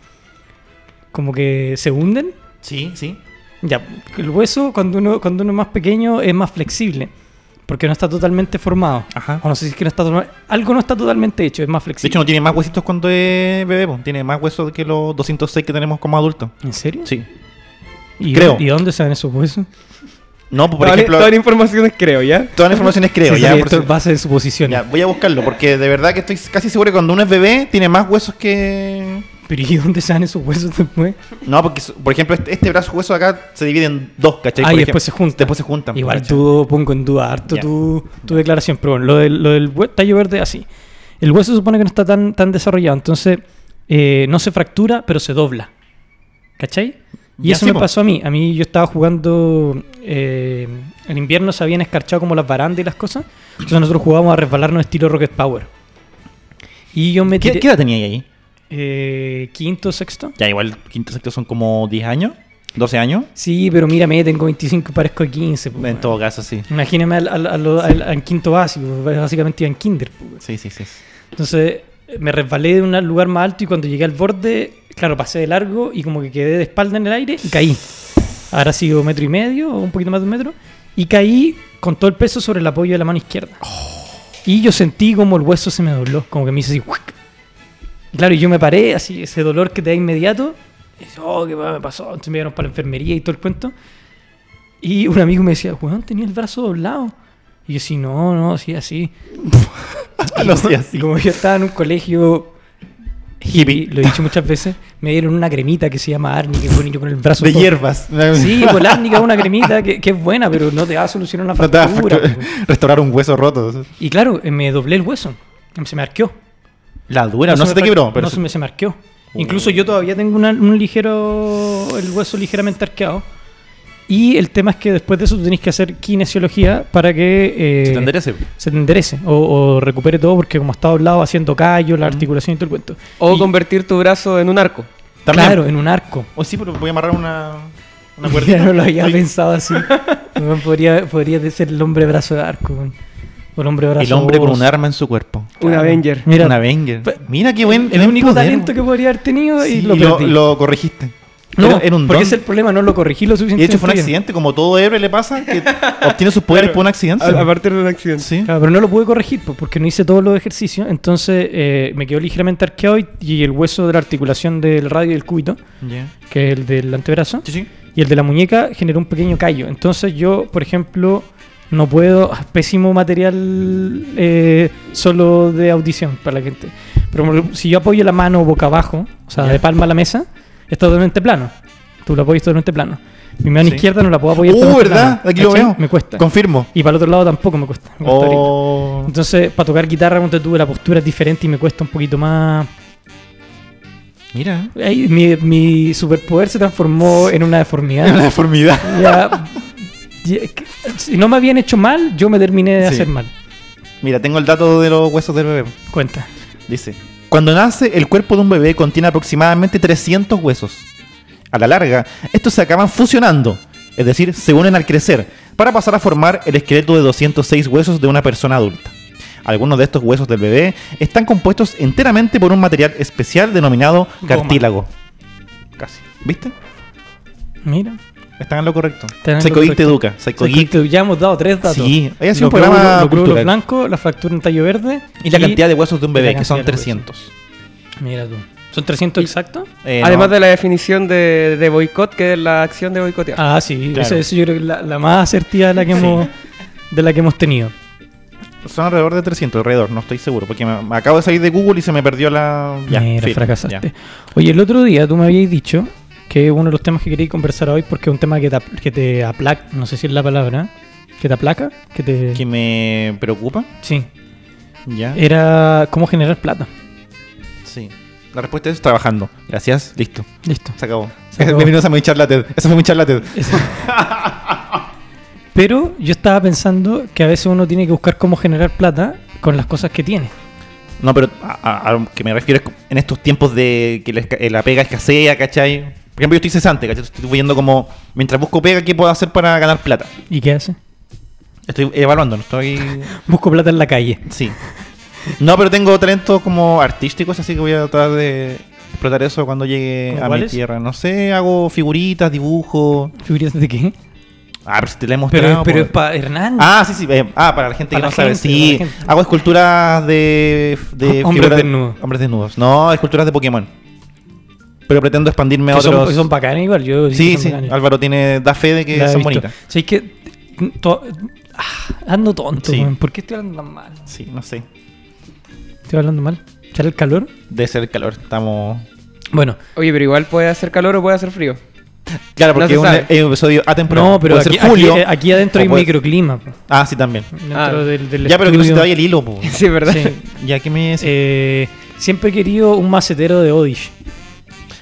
como que se hunden.
Sí, sí.
Ya, el hueso cuando uno, cuando uno es más pequeño es más flexible. Porque no está totalmente formado.
Ajá.
O no sé si es que no está totalmente... Algo no está totalmente hecho, es más
De
flexible.
hecho, no tiene más huesitos cuando es bebé, po. tiene más huesos que los 206 que tenemos como adultos.
¿En serio?
Sí.
¿Y,
creo.
¿Y dónde se ven esos huesos?
No, pues, por
Toda-
ejemplo,
toda la información es creo, ¿ya?
toda la información es creo.
Sí,
ya,
sí,
por
esto es
si-
base de suposiciones.
ya, voy a buscarlo porque de verdad que estoy casi seguro que cuando uno es bebé tiene más huesos que.
Pero ¿y dónde se dan esos huesos después?
No, porque su- por ejemplo, este, este brazo hueso acá se divide en dos, ¿cachai?
Ah,
Por
y
ejem-
después se juntan.
Después se juntan.
Igual
¿cachai?
tú pongo en duda harto
Ya.
tu, tu declaración, pero bueno, lo del, lo del hue- tallo verde así. El hueso se supone que no está tan, tan desarrollado, entonces eh, no se fractura, pero se dobla. ¿Cachai? Y
Ya
eso
sí,
me
po.
pasó a mí. A mí yo estaba jugando. eh, en invierno se habían escarchado como las barandas y las cosas. Entonces nosotros jugábamos a resbalarnos estilo Rocket Power. Y yo me
¿Qué,
tiré.
¿Qué edad tenía ahí?
eh, quinto, sexto.
Ya, igual quinto sexto son como 10 años, 12 años.
Sí, pero mírame, tengo 25 y parezco de 15. po,
En
weón.
todo caso, sí.
Imagíname al, al- al- al- al quinto básico, básicamente iba en kinder. po, weón.
Sí, sí, sí.
Entonces eh, me resbalé de un lugar más alto y cuando llegué al borde, claro, pasé de largo y como que quedé de espalda en el aire y caí. Ahora sigo metro y medio o un poquito más de un metro y caí con todo el peso sobre el apoyo de la mano izquierda. Y yo sentí como el hueso se me dobló, como que me hice así. ¡cuic! Y claro, y yo me paré, así, ese dolor que te da inmediato. Y dice, oh, qué weá me pasó. Entonces me dieron para la enfermería y todo el cuento. Y un amigo me decía, weón, tenía el brazo doblado. Y yo, sí, no, no, sí, así.
Lo hacía así.
Y como yo estaba en un colegio hippie, lo he dicho muchas veces, me dieron una cremita que se llama árnica, que yo con el brazo.
De
todo-
hierbas.
Sí, pues la árnica es una cremita que, que es buena, pero no te va a solucionar una
No te va a
fractura. pues.
factu- restaurar un hueso roto.
y claro, eh, me doblé el hueso, se me arqueó.
La dura, no,
me
se te
fra-
quebró, pero
no
se- Uh.
se me, se me arqueó. Incluso yo todavía tengo una- un ligero, el hueso ligeramente arqueado. Y el tema es que después de eso tú tenés que hacer kinesiología para que... eh,
se te enderece.
se te enderece o, o recupere todo porque como está doblado haciendo callo, la articulación y todo el cuento.
O
Y-
convertir tu brazo en un arco.
También-
Claro, en un arco.
O sí, pero voy a amarrar una, una
Ya
cuerdita.
no lo había
Ay,
pensado así. Weón, podría, podría ser el hombre brazo de arco. weón. O el hombre brazo
El hombre con
oso.
un arma en su cuerpo.
Un Avenger.
Mira,
un Avenger.
pe-
Mira qué buen.
el único talento que podría haber tenido y lo
lo,
perdí.
lo corregiste.
no,
Era- era un
porque
don.
es el este problema, no lo corregí lo
Y
suficiente.
de hecho fue un accidente, como todo héroe le pasa, que obtiene sus poderes por un accidente.
A, a partir de un accidente.
Sí.
Claro, pero no lo pude corregir pues, porque no hice todos los ejercicios. Entonces eh, me quedó ligeramente arqueado y, y el hueso de la articulación del radio y del cúbito,
Ya.
que es el del antebrazo,
Sí, sí.
y el de la muñeca generó un pequeño callo. Entonces yo, por ejemplo, no puedo, pésimo material eh, solo de audición para la gente. Pero como si yo apoyo la mano boca abajo, o sea,
Ya.
de palma a la mesa, está totalmente plano. Tú lo apoyas totalmente plano. Mi mano
Sí.
izquierda no la puedo apoyar.
Oh,
totalmente
¿verdad?
plana,
Aquí lo
¿cachai?
veo.
Me cuesta.
Confirmo.
Y para el otro lado tampoco me cuesta. me cuesta ahorita.
Oh.
Entonces, para tocar guitarra, cuando tuve la postura es diferente y me cuesta un poquito más.
Mira.
Ahí, mi, mi superpoder se transformó en una deformidad.
Una deformidad.
Ya- ya- que- si no me habían hecho mal, yo me terminé de
Sí.
hacer mal.
Mira, tengo el dato de los huesos del bebé.
Cuenta.
Dice, cuando nace, el cuerpo de un bebé contiene aproximadamente 300 huesos. A la larga, estos se acaban fusionando, es decir, se unen al crecer, para pasar a formar el esqueleto de 206 huesos de una persona adulta. Algunos de estos huesos del bebé están compuestos enteramente por un material especial denominado
Goma.
cartílago. Casi. ¿Viste?
Mira.
Están en lo correcto.
Están en lo
Psychogeek te
correcto.
educa. Psychogeek.
Psychogeek, ya hemos dado tres datos.
Sí, haya sido
Los
un programa
glóbulos- los glóbulos
cultural.
blancos, la fractura en tallo verde.
Y la cantidad de huesos de un
y la
bebé, que son
cantidad de huesos.
300.
Mira tú. ¿Son 300 exactos?
Eh,
Además
no.
de la definición de, de boicot, que es la acción de boicotear.
Ah, sí.
Claro.
Eso, eso yo creo que es la, la más asertiva de la que, hemos, de la que hemos tenido.
Son alrededor de 300, alrededor, no estoy seguro, porque me, me acabo de salir de Google y se me perdió la... Ya,
Mira,
fin,
fracasaste.
ya.
Oye, el otro día tú me habías dicho que uno de los temas que quería conversar hoy, porque es un tema que te, apl- que te aplaca, no sé si es la palabra, ¿eh? que te aplaca, que te...
Que me preocupa,
Sí,
ya.
Eh. era cómo generar plata.
sí. La respuesta es trabajando. Gracias, listo,
Listo.
se acabó.
Se acabó.
Bienvenidos a mi charla TED, esa fue mi charla TED.
Pero yo estaba pensando que a veces uno tiene que buscar cómo generar plata con las cosas que tiene.
No, pero a, a- a lo que me refiero es co- en estos tiempos de que la, esca- eh, la pega escasea, ¿cachai? Por ejemplo, yo estoy cesante, ¿cachai? Estoy viendo como, mientras busco pega, ¿qué puedo hacer para ganar plata?
¿Y qué hace?
Estoy evaluando, no estoy...
Busco plata en la calle.
Sí. No, pero tengo talentos como artísticos, así que voy a tratar de explotar eso cuando llegue
¿Como
a mi
cuáles?
tierra. No sé, hago figuritas, dibujo,
¿Figuras de qué?
Ah, pero si te la he
Pero,
mostrado.
pero
po.
es para Hernán.
Ah, sí, sí. eh, ah, para la gente
Para
que
la
no sabe.
gente,
Sí,
para la gente.
hago esculturas de. de
Hombres
figuras-
desnudos.
Hombres desnudos. No, esculturas de Pokémon. Pero pretendo expandirme a
que
otros.
son, son bacanes igual. Yo digo
sí,
que son
sí.
bacanes.
Álvaro tiene, da fe de que
La he
son
visto.
bonitas.
O sea, es que to- ah, ando tonto,
Sí.
weón. ¿por qué estoy hablando tan mal?
Sí, no sé.
¿Estoy hablando mal? ¿Será el calor?
Debe ser el calor. Estamos.
Bueno,
Oye, pero igual puede hacer calor o puede hacer frío.
Claro,
No
porque
se
es un-
sabe.
es un episodio atemporal.
no, pero
Puede
aquí,
ser julio.
aquí- aquí
o
adentro hay
puede-
microclima. po.
Ah, sí, también.
Dentro
Ah.
del, del
Ya, pero que no se te
estudio.
vaya el hilo, po.
Sí, ¿verdad?
Sí.
Ya que me.
Eh, siempre he querido un macetero de Odish.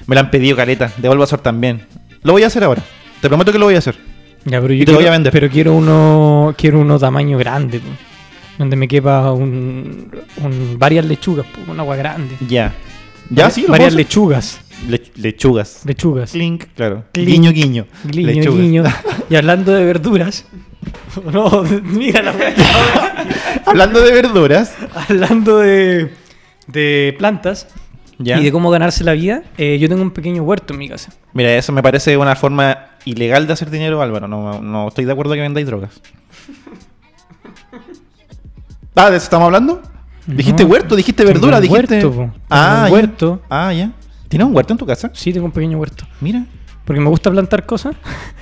Me la han pedido caleta. De Bulbasaur también. Lo voy a hacer ahora. Te prometo que lo voy a hacer.
Ya, pero yo
Y te lo voy a vender.
Pero quiero uno, quiero uno tamaño grande, po. donde me quepa un, un- varias lechugas, po, un agua grande.
Ya. Ya, sí, lo puedo
Varias
hacer.
lechugas,
Lech- lechugas.
lechugas.
Clink, claro.
Clink.
Guiño, guiño.
Guiño,
Lechugas.
guiño. Y hablando de verduras. No, mira la wea que ahora-
Hablando de verduras.
Hablando de, de plantas
Ya.
y de cómo ganarse la vida, eh, yo tengo un pequeño huerto en mi casa.
Mira, eso me parece una forma ilegal de hacer dinero, Álvaro. No, no estoy de acuerdo que vendáis drogas. Ah, ¿de eso estamos hablando? Dijiste
No.
huerto, dijiste
Tengo
verdura,
un
dijiste.
huerto, po. Tengo
ah,
un
ya.
huerto.
Ah, ya. ¿Tienes un huerto en tu casa?
Sí, tengo un pequeño huerto.
Mira.
Porque me gusta plantar cosas.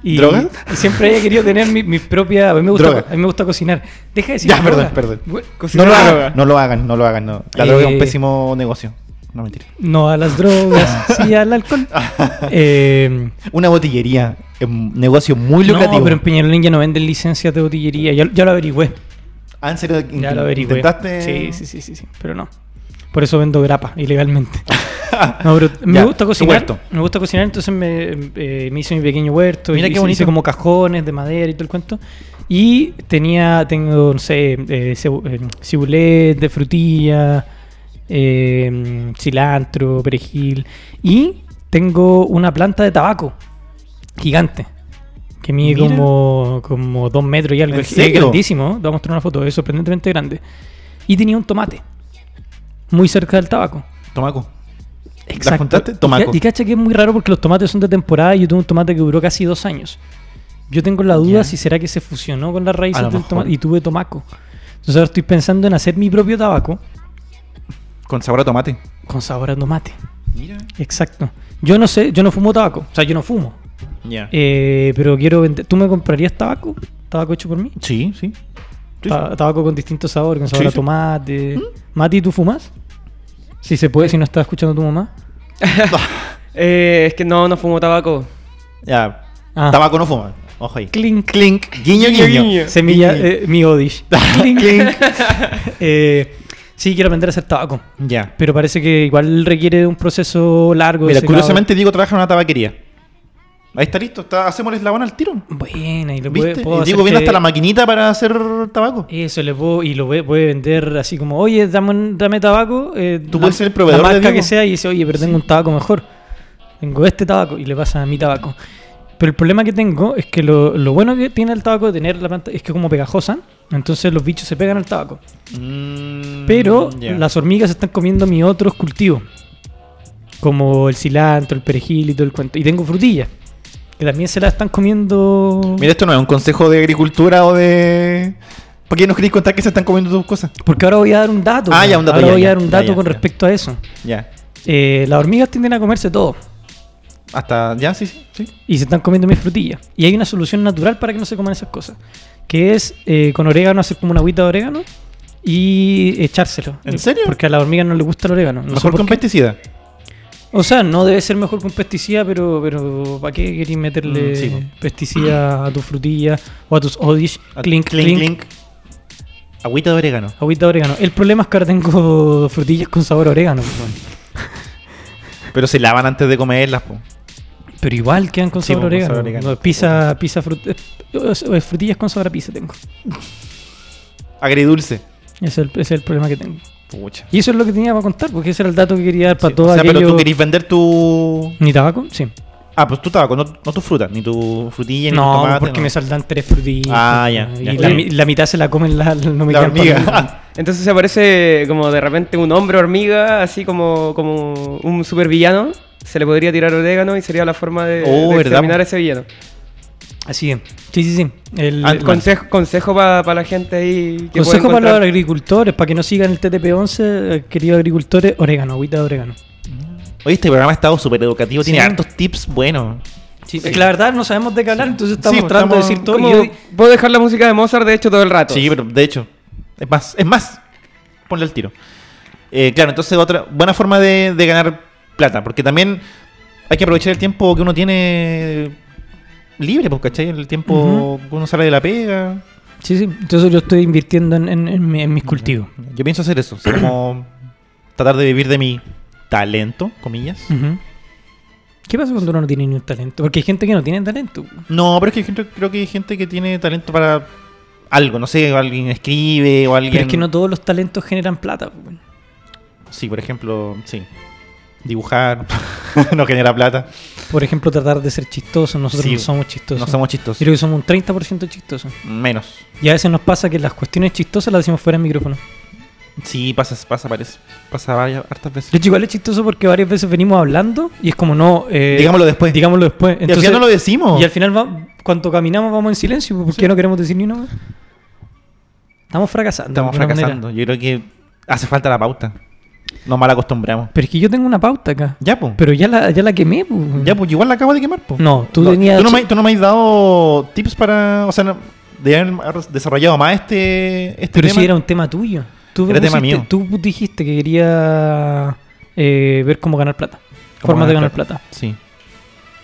Y,
¿Drogas?
y siempre he querido tener mi, mi propia. A mí, me gusta,
Droga.
a mí me gusta cocinar. Deja de decir.
Ya, perdón,
droga.
perdón.
Hue-
No
Cocinar
lo,
la
hagan,
droga.
no lo hagan, no lo hagan. no. La
Eh.
droga es un pésimo negocio. No mentira.
No a las drogas, sí al alcohol.
Ah.
Eh,
Una botillería, es un negocio muy lucrativo.
No, pero en Peñalolín ya no venden licencias de botillería. Ya, ya lo averigüé.
Ah, en serio,
Ya lo averigüé.
intentaste.
Sí, sí, sí, sí, sí, Pero no. Por eso vendo grapa ilegalmente. No, pero me
Ya,
gusta
tu
cocinar.
huerto.
Me gusta cocinar, entonces me, eh, me hice mi pequeño huerto.
Mira
y
qué
hice-
bonito.
Hice como cajones de madera y todo el cuento. Y tenía, tengo, no sé, eh, cebu- eh, cibulet de frutilla, eh, cilantro, perejil. Y tengo una planta de tabaco gigante. Que mide
Mira.
como, como dos metros y algo.
¿En
Es, es
serio?
grandísimo. Te voy a mostrar una foto. Es sorprendentemente grande. Y tenía un tomate. Muy cerca del tabaco.
Tomaco. juntaste? Tomaco.
Y, ca- y cacha que es muy raro porque los tomates son de temporada y yo tengo un tomate que duró casi dos años. Yo tengo la duda
Ya.
si será que se fusionó con las raíces
A lo
del
mejor.
tomate y tuve tomaco. Entonces ahora estoy pensando en hacer mi propio tabaco
Con sabor a tomate.
con sabor a tomate.
Mira.
Exacto. Yo no sé, yo no fumo tabaco. O sea, yo no fumo.
Ya.
Eh, pero quiero vender. ¿Tú me comprarías tabaco? ¿Tabaco hecho por mí?
sí, sí. Sí,
Ta- tabaco con distintos sabores, con sabor
Sí, ¿Mm?
a
sí.
tomate. Mati, ¿tú fumas? Si se puede, si no está escuchando tu mamá.
Eh, es que no, no fumo tabaco.
Ya.
Ah.
Tabaco no fuma. Ojo ahí.
Clink.
Clink. Guiño, guiño.
Semilla,
Guiño.
eh, mi Odish. Clink. Eh, sí, quiero aprender a hacer tabaco.
Ya.
Pero parece que igual requiere de un proceso largo. de
Mira,
secado.
curiosamente Diego trabaja en una tabaquería. Ahí está listo. Está, hacemos el eslabón al tiro.
Buena, y lo puede-
¿Viste?
puedo
Y Diego
hacer
viene
que-
hasta la maquinita para hacer tabaco.
Eso, le puedo, y lo puede, puede vender así como, oye, dame, un- dame tabaco. eh,
Tú puedes ser el proveedor
La
de
marca
Diego.
que sea y dice, oye, pero tengo un tabaco mejor. Tengo este tabaco y le pasa a mi tabaco. Pero el problema que tengo es que lo, lo bueno que tiene el tabaco de tener la planta es que es como pegajosa, entonces los bichos se pegan al tabaco.
Mm,
Eh, Pero
ya.
las hormigas están comiendo mis otros cultivos. Como el cilantro, el perejil y todo el cuento. Y tengo frutillas. Que también se las están comiendo.
Mira, esto no es un consejo de agricultura o de... ¿Por qué nos queréis contar que se están comiendo tus cosas?
Porque ahora voy a dar un dato.
Ah,
pues.
ya, un dato,
Ahora
ya,
voy
ya,
a dar
ya,
un dato
ya,
con
ya.
respecto a eso.
Ya.
Eh, las hormigas tienden a comerse todo.
Hasta... Ya, sí, sí. sí.
Y se están comiendo mis frutillas. Y hay una solución natural para que no se coman esas cosas. Que es eh, con orégano hacer como una agüita de orégano y echárselo.
¿En serio?
Porque a las hormigas no les gusta el orégano. No sé
Mejor
por
con
qué.
pesticida.
O sea, no debe ser mejor con pesticida, pero, pero ¿para qué querés meterle
Mm, sí, po.
pesticida a tu frutilla o a tus odish? Clink, clink,
Agüita de orégano.
Agüita de orégano. El problema es que ahora tengo frutillas con sabor a orégano. po, weón.
Pero se lavan antes de comerlas, po.
Pero igual quedan con
Sí,
sabor a
po, con
orégano.
sabor a orégano.
No, pizza, pizza, frut- eh, eh, frutillas con sabor a pizza tengo.
Agridulce.
Ese es, el, ese es el problema que tengo.
Pucha.
Y eso es lo que tenía para contar, porque ese era el dato que quería dar para
Sí,
todo
o sea,
aquello-
pero tú querés vender tu...
¿Ni tabaco? Sí.
Ah, pues tu tabaco, no, no tu fruta, ni tu frutilla, ni
No,
tu tomate.
porque
no.
me saldan tres frutillas.
Ah, ya,
Y
ya,
la,
claro.
mi- la mitad se la comen, la, no me
La
quedan para mí.
hormiga.
Entonces se aparece como de repente un hombre hormiga, así como, como un supervillano. Se le podría tirar orégano y sería la forma de,
Oh,
de
¿verdad?
exterminar a ese villano.
Así es. Sí, sí, sí. El,
Ah,
el-
Consejo, consejo para la gente ahí. Que
Consejo para
puede
los
encontrar-
agricultores, para que no sigan el TTP-11, eh, queridos agricultores, orégano, agüita de orégano.
Hoy este programa ha estado súper educativo, tiene
Sí.
hartos tips buenos.
Sí, La verdad, no sabemos de qué hablar, entonces estamos
Sí, pues
tratando de
estamos-
decir todo. y
¿Cómo?
hoy-
Puedo dejar la música de Mozart, de hecho, todo el rato.
Sí, pero de hecho, es más, es más, ponle el tiro. Eh, claro, entonces otra buena forma de, de ganar plata, porque también hay que aprovechar el tiempo que uno tiene libre, pues, ¿cachai? El tiempo que uno sale de la pega.
Sí, sí, entonces yo estoy invirtiendo en, en- en mi- en mis cultivos.
Yo pienso hacer eso, o sea, como tratar de vivir de mi talento, comillas.
Ujú. ¿Qué pasa cuando uno no tiene ni un talento? Porque hay gente que no tiene talento.
No, pero es que hay gente- creo que hay gente que tiene talento para algo, no sé, alguien escribe o alguien...
Pero es que no todos los talentos generan plata. pues, bueno.
Sí, por ejemplo, sí. Dibujar no genera plata.
Por ejemplo, tratar de ser chistoso. Nosotros
Sí,
no somos chistosos.
No somos
Yo
chistosos.
creo que somos un 30% chistosos.
Menos.
Y a veces nos pasa que las cuestiones chistosas las decimos fuera del micrófono.
Sí, pasa, pasa, parece. Pasa varias, hartas veces.
De hecho, igual es chistoso porque varias veces venimos hablando y es como no. eh,
Digámoslo después.
Digámoslo después.
y al
Entonces,
final no lo decimos.
y al final va- cuando caminamos, vamos en silencio porque no queremos decir ni una. wea. Estamos fracasando.
Estamos
de alguna manera.
fracasando. Yo creo que hace falta la pauta. Nos mal acostumbramos.
Pero es que yo tengo una pauta acá.
Ya, pues.
Pero ya la, ya la quemé. po.
Ya, pues igual la acabo de quemar, pues.
No, tú tenías-
no me, tú no me has dado tips para. O sea, no- de haber desarrollado más este, este
Pero
tema.
si era un tema tuyo. Tú me
Era tema mío.
Tú dijiste que quería eh, ver cómo ganar plata.
Cómo
Formas de
ganar
ganar plata.
Sí.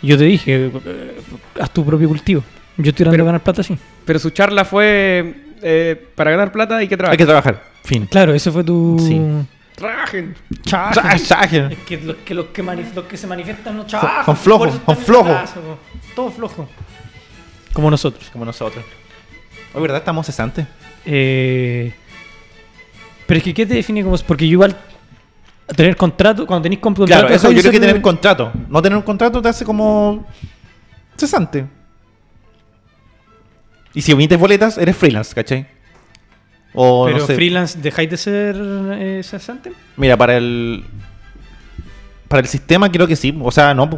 Y Yo te dije, eh, haz tu propio cultivo. Yo estoy tratando de
Pero-
ganar plata, sí.
Pero su charla fue eh, para ganar plata hay que
Hay
trabajar.
que trabajar. Fin.
Claro, ese fue tu...
Sí.
Trabajen.
Trabajen.
Es que los que, los que, manif- los que se manifiestan no
Son- son flojos,
por eso
son
están en
flojos.
plaza, po. Todo flojo. Como nosotros.
Como nosotros. Hoy, ¿verdad? Estamos cesantes.
Eh, pero es que, ¿qué te define como.? Porque yo igual. Tener contrato, cuando tenéis contrato.
Claro, eso yo
dejáis de
creo que
ser-
tener contrato. No tener un contrato te hace como cesante. Y si omites boletas, eres freelance, ¿cachai? O
Pero
no sé.
freelance, ¿dejáis de ser eh, cesante?
Mira, para el para el sistema creo que sí, o sea, no, po,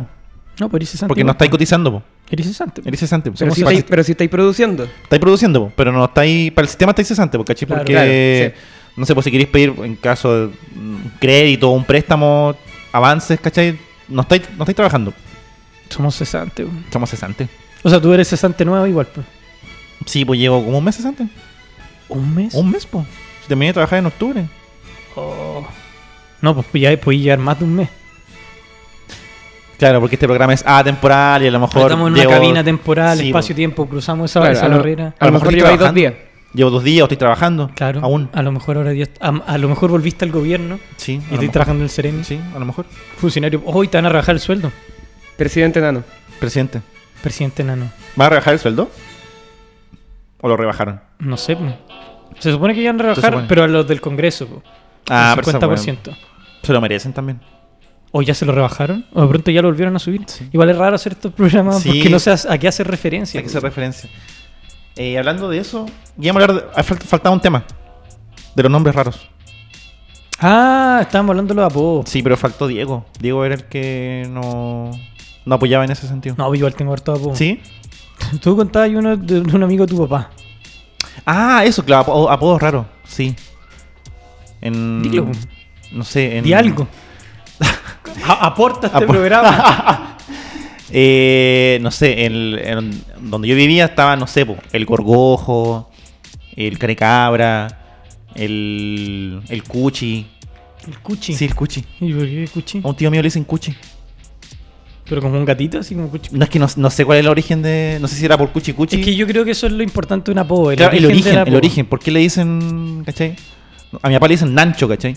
No, pero eres cesante.
porque no estáis cotizando, po.
Eres cesante.
Eres cesante. po.
Pero si,
Para el
estáis, pero si estáis produciendo.
Estáis produciendo, po, pero no estáis. Para el sistema estáis cesante, po, ¿cachai?
Claro,
Porque,
claro,
no sé, pues si queréis pedir en caso de un crédito, un préstamo, avances, ¿cachai? No estáis, no estáis trabajando.
Somos cesantes. weón.
Somos cesantes.
O sea, tú eres cesante nuevo igual, pues.
Sí, pues llevo como un mes cesante.
¿Un mes?
Un mes, po. Si terminé de trabajar en octubre.
Oh. No, pues ya podéis llegar más de un mes.
Claro, porque este programa es atemporal y a lo mejor.
Estamos en una
llevo-
cabina temporal,
Sí, pues. po.
espacio-tiempo, cruzamos esa,
Claro,
esa
a lo,
barrera.
a lo mejor
estoy
lleváis dos
trabajando.
días.
Llevo dos días, o estoy trabajando.
Claro.
Aún.
A lo mejor ahora Dios. A, a lo mejor volviste al gobierno
Sí.
y estoy trabajando en el Seremi.
Sí, a lo mejor.
Funcionario. Hoy te van a rebajar el sueldo.
Presidente Nano.
Presidente.
Presidente Nano.
¿Va a rebajar el sueldo? ¿O lo rebajaron?
No sé. po. Se supone que iban a rebajar,
supone.
pero a los del Congreso. po.
Ah,
El
pero esa
50%.
Se lo merecen también.
O ya se lo rebajaron, o de pronto ya lo volvieron a subir. Igual es raro hacer estos programas
Sí.
porque no sé a a qué hacer referencia.
Hay que hacer referencia. Eh, hablando de eso, íbamos a hablar. de- ah, fal- faltaba un tema. De los nombres raros.
ah, estábamos hablando de los apodos.
Sí, pero faltó Diego. Diego era el que no, no apoyaba en ese sentido.
No, igual tengo harto apodos.
¿Sí?
Tú contabas uno de, de un amigo de tu papá.
Ah, eso, claro, apo- apodos raros, sí. En.
Dilo.
No sé, en.
Di algo. A- aporta este
Apo-
programa.
Eh, no sé, en, en donde yo vivía estaba, no sé, po, el gorgojo, el carecabra, el. el cuchi.
El cuchi.
Sí, el cuchi.
¿Y por qué cuchi?
A un tío mío le dicen cuchi.
Pero como un gatito, así como cuchi.
No es que no, no sé cuál es el origen de. No sé si era por cuchi cuchi.
Es que yo creo que eso es lo importante de un apodo. El
Claro, el
origen, del
origen, el
apodo.
origen. ¿Por qué le dicen. ¿cachai? A mi papá le dicen Nancho, ¿cachai?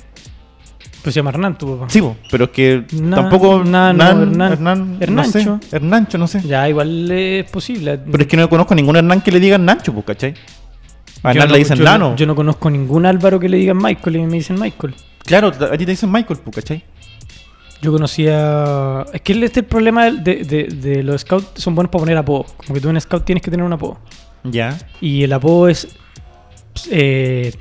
Pues se llama Hernán, tu papá.
Sí, po, pero es que
Na-
tampoco.
na- no, Hernán-
Hernancho.
Hernancho.
No sé, Hernancho, no sé.
Ya, igual es posible.
Pero es que no conozco ningún Hernán que le digan Nancho, pues, ¿cachai? A
Yo
Hernán
no-
le dicen
yo no-
Nano.
yo no conozco ningún Álvaro que le digan Michael y me dicen Michael.
Claro, a ti te dicen Michael, pues, ¿cachai?
Yo conocía. Es que este es el problema de, de- de los scouts. Son buenos para poner apodo. Como que tú en scout tienes que tener un apodo.
Ya.
Y el apodo es. eh,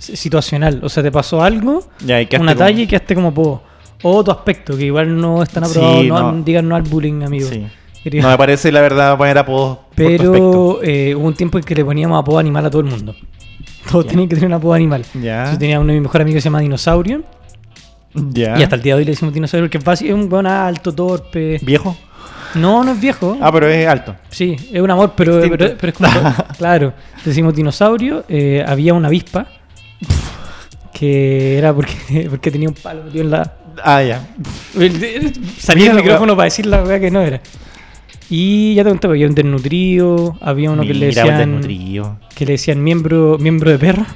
s- situacional. O sea, te pasó algo,
Ya, y quedaste
una
como-
talla y quedaste como apodo. O tu aspecto, que igual no están
Sí,
aprobados. no,
no.
Digan no al bullying, amigo.
Sí.
serio.
No me parece, la verdad, poner apodos. por tu aspecto.
Pero eh, hubo un tiempo en que le poníamos apodo animal a todo el mundo. Todos tenían que tener un apodo animal.
Ya.
Yo tenía uno de mis mejores amigos que se llama Dinosaurio.
Ya.
Y hasta el día de hoy le decimos Dinosaurio, que es basi- es un buen alto, torpe.
¿Viejo?
No, no es viejo.
Ah, pero es alto.
Sí, es un amor, pero,
Distinto.
pero- pero es como. claro, decimos dinosaurio. eh, había una avispa que era porque, porque tenía un palo metido en la.
Ah, ya.
Salía
Mira
el
la
micrófono para decir la weá que no era. Y ya te contaba, había un desnutrido, había uno que le
Mira, el
decían.
desnutrido.
Que le decían miembro, miembro de perro.
Ya,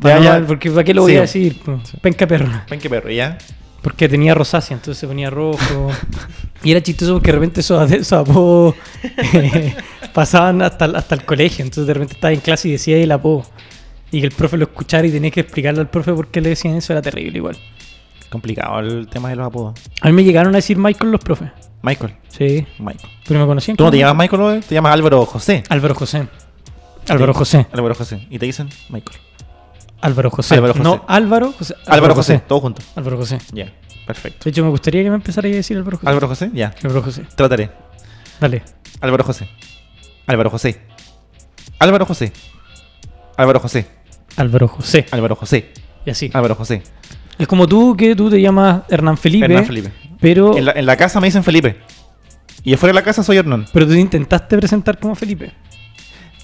Para no-
ya.
Porque ¿para qué lo voy
Sí.
a decir? po? Penca perro.
Ven que perro, ya.
Porque tenía rosácea, entonces se ponía rojo. y era chistoso porque de repente esos, ade- esos apodos eh, pasaban hasta, el- hasta el colegio. Entonces de repente estaba en clase y decía el apodo. Y que el profe lo escuchara y tenía que explicarle al profe por qué le decían eso. Era terrible igual.
Complicado el tema de los apodos.
A mí me llegaron a decir Michael los profes.
Michael.
Sí.
Michael.
Pero me conocían.
¿Tú no
como
te llamas Michael, ¿no? Te llamas Álvaro José.
Álvaro José. Álvaro José.
Álvaro José. Y te dicen Michael.
Álvaro José.
Álvaro José.
No, Álvaro José.
Álvaro José, todo junto.
Álvaro José.
Ya, perfecto.
De hecho, me gustaría que me empezara a decir Álvaro José.
Álvaro José, ya.
Álvaro José.
Trataré.
Dale.
Álvaro José. Álvaro José. Álvaro José. Álvaro José.
Álvaro José.
Álvaro José.
Y así.
Álvaro José.
Es como tú, que tú te llamas Hernán Felipe.
Hernán Felipe.
Pero,
En la, en la casa me dicen Felipe. Y afuera de la casa soy Hernán.
pero tú te intentaste presentar como Felipe.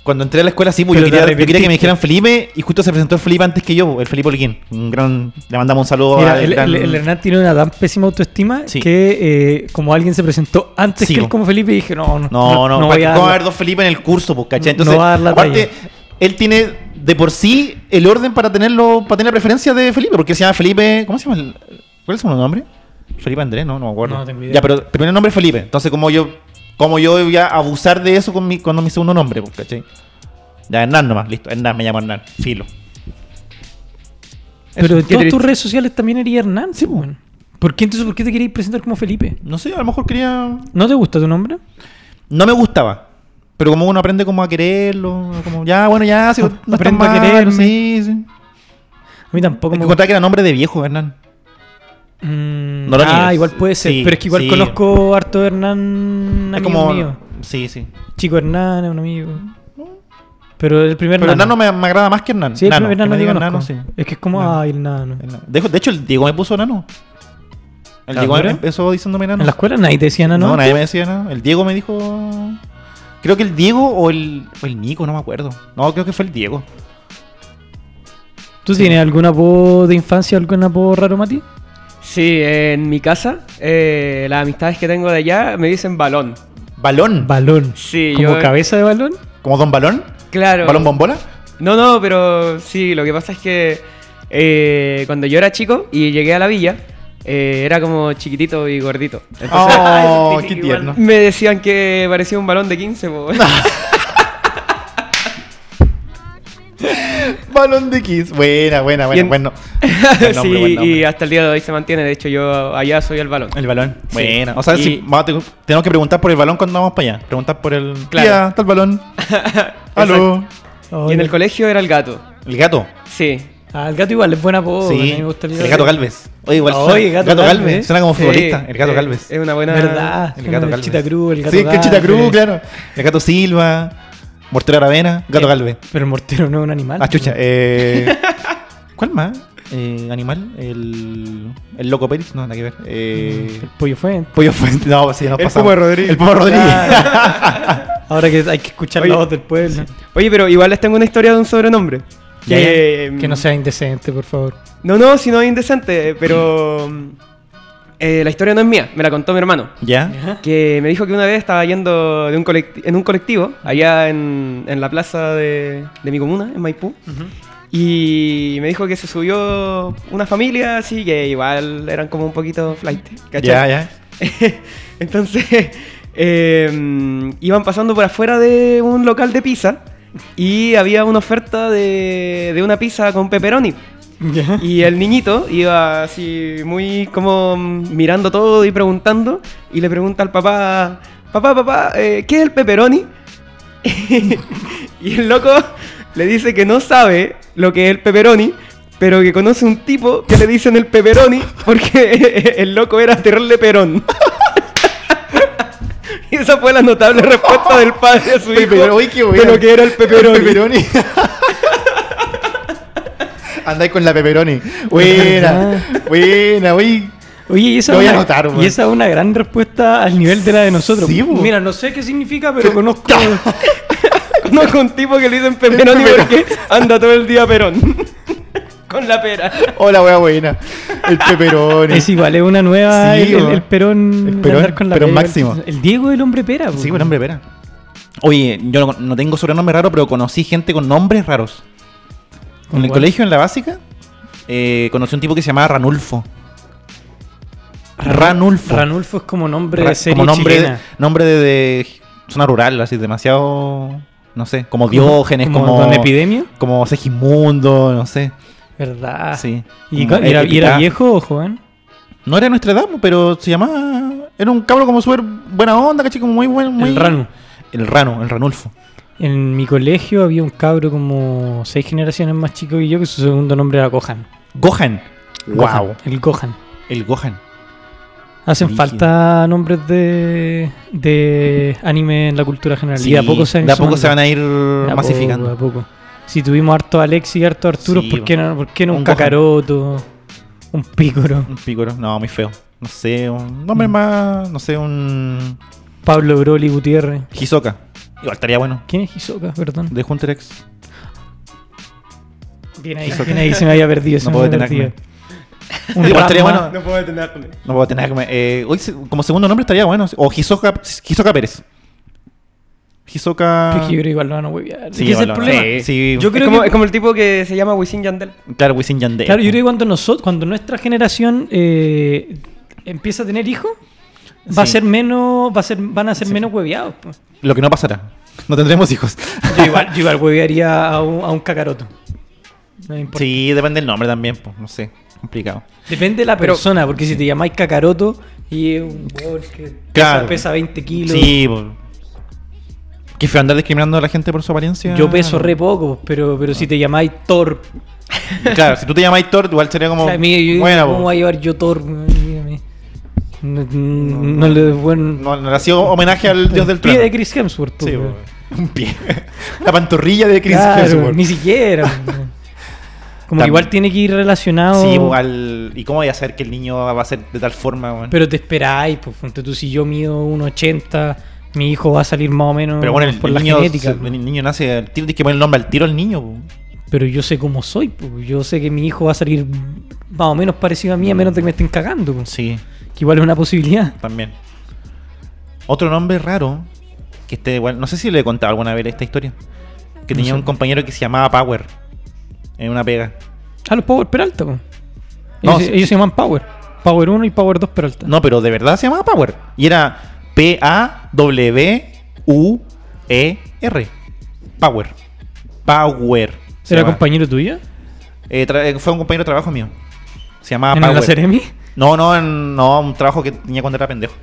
Cuando entré a la escuela, sí, pues, yo
Pero
quería,
te
yo quería que
arrepentiste.
me dijeran Felipe y justo se presentó el Felipe antes que yo, pues, el Felipe Olguín. Un gran, le mandamos un saludo
Mira,
Oh, al
el,
gran-
el- el Hernán tiene una tan pésima autoestima
Sí.
que eh, como alguien se presentó antes
Sí,
que
po.
él como Felipe, dije, no, no,
No, no,
voy a
¿cómo va a
dar-
haber dos Felipe en el curso, pues, ¿cachai?
No
Entonces,
va a dar la
aparte,
talla.
él tiene de por sí el orden para tenerlo, para tener la preferencia de Felipe, porque se llama Felipe, ¿cómo se llama? el- ¿Cuál es su nombre? Felipe Andrés, no, no me acuerdo.
No tengo idea.
Ya, pero el primer nombre es Felipe, entonces como yo, como yo voy a abusar de eso con mi, con mi segundo nombre, pues, ¿cachai? Ya, Hernán nomás, listo, Hernán, me llamo Hernán, filo.
Pero en todas
Qué
tus
triste.
redes sociales también eres Hernán, sí, bueno. ¿Por qué entonces por qué te querías presentar como Felipe?
No sé, a lo mejor quería...
¿No te gusta tu nombre?
No me gustaba. Pero como uno aprende como a quererlo, como ya, bueno, ya, si no está
Aprendo a
mal,
quererme.
sí, sí.
A mí tampoco
Hay que
me
contar que era nombre de viejo, Hernán.
Mm,
No lo
ah,
niegues.
igual puede ser,
Sí,
pero es que igual
sí.
conozco harto de Hernán,
Es
amigo
como.
mío.
Sí, sí.
Chico Hernán es un amigo. Pero el primer
Pero
Hernán
Hernán no me, me agrada más que Hernán.
Sí, el
Nano,
primer
que
nano
me
yo
digan
conozco.
Nano, sí.
Es que es como,
Nano.
ay, el nano.
Hernán. De, de hecho, el Diego me puso nano. El
¿Ah,
Diego em,
dura?
empezó diciéndome nano.
En la escuela nadie te decía nano.
No, nadie me decía nano. El Diego me dijo. Creo que el Diego o el, o el Nico, no me acuerdo. No, creo que fue el Diego.
¿Tú
Sí.
tienes algún apodo de infancia, algún apodo raro, Mati?
Sí, en mi casa, eh, las amistades que tengo de allá me dicen balón.
¿Balón?
Balón.
Sí,
¿Como
yo-
cabeza de balón?
¿Como Don Balón?
Claro.
¿Balón Bombola?
No, no, pero sí, lo que pasa es que eh, cuando yo era chico y llegué a la villa, eh, era como chiquitito y gordito. Entonces
¡Oh,
Ay,
qué
igual.
tierno!
me decían que parecía un balón de 15, po.
Balón de Kiss. Buena, buena, buena.
Bien.
Bueno.
sí,
Buen nombre, buen nombre.
y hasta el día de hoy se mantiene. De hecho, yo allá soy el balón.
El balón.
Sí.
Buena. O sea,
Y-
si vamos a te- tenemos que preguntar por el balón cuando vamos para allá. Preguntar por el.
Claro.
Tía, está el balón. Aló.
Y en el colegio era el gato.
El gato.
Sí.
Ah, el gato igual es buen apodo.
sí.
a mí me gusta
el gato Galvez. Oye, igual.
Ah,
suena-
oye,
gato,
Gato
Galvez.
Galvez.
Suena como
Sí,
Oh, futbolista. El gato
eh,
Galvez.
Es una buena
¿Verdad?
el gato
El
Galvez.
Chita Cruz, el gato
sí, que Chita
Galvez.
Cruz, claro. El gato Silva. Mortero Aravena. Gato
Eh,
Galvez.
Pero el mortero no es un animal.
Ah, chucha. Eh, ¿Cuál más? Eh, animal. El. El Loco Pérez. No, nada que ver. Eh,
El pollo fue.
Pollo Fuente. No, sí, nos
El
pasamos.
Puma Rodríguez.
El Puma Rodríguez.
Ahora que hay que escuchar
Oye.
la voz del pueblo.
Oye, pero igual les tengo una historia de un sobrenombre.
Ya, ya.
Eh,
Que no sea indecente, por favor.
No, no, si no es indecente, pero. em, eh, la historia no es mía, me la contó mi hermano.
¿Ya?
Que me dijo que una vez estaba yendo de un colect- en un colectivo, allá en, en la plaza de, de mi comuna, en Maipú. Y me dijo que se subió una familia, así que igual eran como un poquito flight. ¿cachai?
Ya, ya.
Entonces, eh, iban pasando por afuera de un local de pizza y había una oferta de, de una pizza con pepperoni.
Ya.
Y el niñito iba así muy como mm, mirando todo y preguntando y le pregunta al papá, papá, papá, eh, ¿qué es el pepperoni? y el loco le dice que no sabe lo que es el pepperoni, pero que conoce un tipo que le dicen el pepperoni porque el loco era terrible perón. Y esa fue la notable respuesta del padre a su hijo
Pero oye, qué
de
bueno.
lo que era el peperoni.
Peperoni. Andáis con la peperoni. Buena, buena, güey.
Oye, y esa,
Lo
es
voy a
una-
anotar, weón.
y esa es una gran respuesta al nivel de la de nosotros.
Sí, weón.
Mira, no sé qué significa, pero conozco.
Conozco un tipo que le dicen peperoni
Peperoni.
porque anda todo el día perón. Con la pera.
Hola, wea buena. El peperoni.
es igual, es una nueva.
Sí,
el, el-
weón.
el perón.
El
de
perón,
andar
perón
pega.
máximo.
El Diego del hombre pera.
Sí,
weón.
buen hombre, espera. Oye, yo no, no tengo sobrenombre raro, pero conocí gente con nombres raros. En el
¿Cuál?
colegio, en la básica, eh, conocí un tipo que se llamaba Ranulfo. Ranulfo.
Ranulfo es como nombre
Ra-
de serie
como nombre,
chilena.
nombre de, de zona rural, así demasiado, no sé, como Diógenes, como
Don Epidemia.
como Segismundo, no sé.
¿Verdad?
Sí.
Ah.
Mm,
¿Y,
Como
ca- y era, y era
Epita.
viejo o joven?
No era de nuestra edad, pero se llamaba era un cabro como súper buena onda, caché, como muy buen, muy
El Ranu.
El Rano, el Ranulfo.
En mi colegio había un cabro como seis generaciones más chico que yo, que su segundo nombre era Gohan.
Gohan.
Gohan,
Wow,
El Gohan.
el Gohan.
Hacen
Brígido.
falta nombres de, de anime en la cultura general. y de a poco se van,
de a poco
sumando.
se van a ir
De a
masificando.
poco, de a poco. Si tuvimos harto Alex y harto Arturo,
Sí,
¿por, qué no, ¿por qué no un,
Un Gohan.
cacaroto? Un pícoro.
Un pícoro, no, muy feo. No sé, un
Mm.
nombre más, no sé, un
Pablo Broly Gutiérrez.
Hisoka. Igual estaría bueno.
¿Quién es Hisoka? Perdón.
De Hunter X.
Bien ahí, bien ahí, se me había perdido. se
No
me
puedo
había
detenerme.
perdido. Un
Igual estaría
Ranma.
bueno.
No puedo detenerme.
No puedo tener como, eh, hoy se- como segundo nombre estaría bueno. O Hisoka, Hisoka Pérez. Hisoka.
Pero que yo creo igual lo van a huevear.
Sí,
Es que ese es el
igual lo-
problema.
sí, sí.
Yo
Es
creo
como,
que-
es como el tipo que se llama Wisin Yandel.
Claro, Wisin Yandel.
Claro, yo creo que cuando, nosotros, cuando nuestra generación eh, empieza a tener hijos, va a
Sí.
ser menos, va a ser, van a ser
Sí.
menos hueveados. po.
Lo que no pasará. No tendremos hijos.
Yo igual, yo igual huevearía a un, a un cacaroto. No me importa.
sí, depende del nombre también. pues, no sé, complicado.
Depende de la
Pero-
persona, porque si te llamáis cacaroto y es un hueón que pesa-
Claro.
pesa, 20 kilos.
Sí, pues. Qué feo andar discriminando a la gente por su apariencia.
Yo peso re poco, pero, pero si te llamáis Thor,
Claro, si tú te llamas Thor, igual sería como.
o sea, a mí, yo-
buena,
¿cómo
po.
voy a llevar yo Thor? No, no, no le bueno,
No, no le ha sido homenaje al dios del
pie
trueno.
de Chris Hemsworth. po,
Sí,
weón.
po. Un pie. La pantorrilla de Chris
Claro,
Hemsworth.
Ni siquiera. weón. Como que
Tam-
igual tiene que ir relacionado.
Sí, po, al- ¿y cómo voy a hacer que el niño va a ser de tal forma? weón?
Pero te esperáis, pues ponte tú, si yo mido 1,80, mi hijo va a salir más o menos
Pero bueno, el,
por
el
la
niño,
genética.
se-
po.
el niño nace al tiro, tienes que poner el nombre al tiro al niño. po.
Pero yo sé cómo soy, pues yo sé que mi hijo va a salir más o menos parecido a mí, a menos de que me estén cagando. po.
Sí,
Que igual es una posibilidad.
también. Otro nombre raro, que este, bueno, no sé si le he contado alguna vez esta historia, que
No
tenía
sé.
un compañero que se llamaba Power en una pega.
Ah, los Power Peralta, po.
No,
ellos,
sí.
ellos se llaman Power. Power 1 y Power 2 Peralta.
No, pero de verdad se llamaba Power. Y era P-A-W-U-E-R. E Power. Power. se
¿Era
llamaba.
compañero tuyo?
Eh, tra- eh, fue un compañero de trabajo mío. Se llamaba
¿En
Ah, Power.
la Ceremi?
No, no, en- no, un trabajo que tenía cuando era pendejo.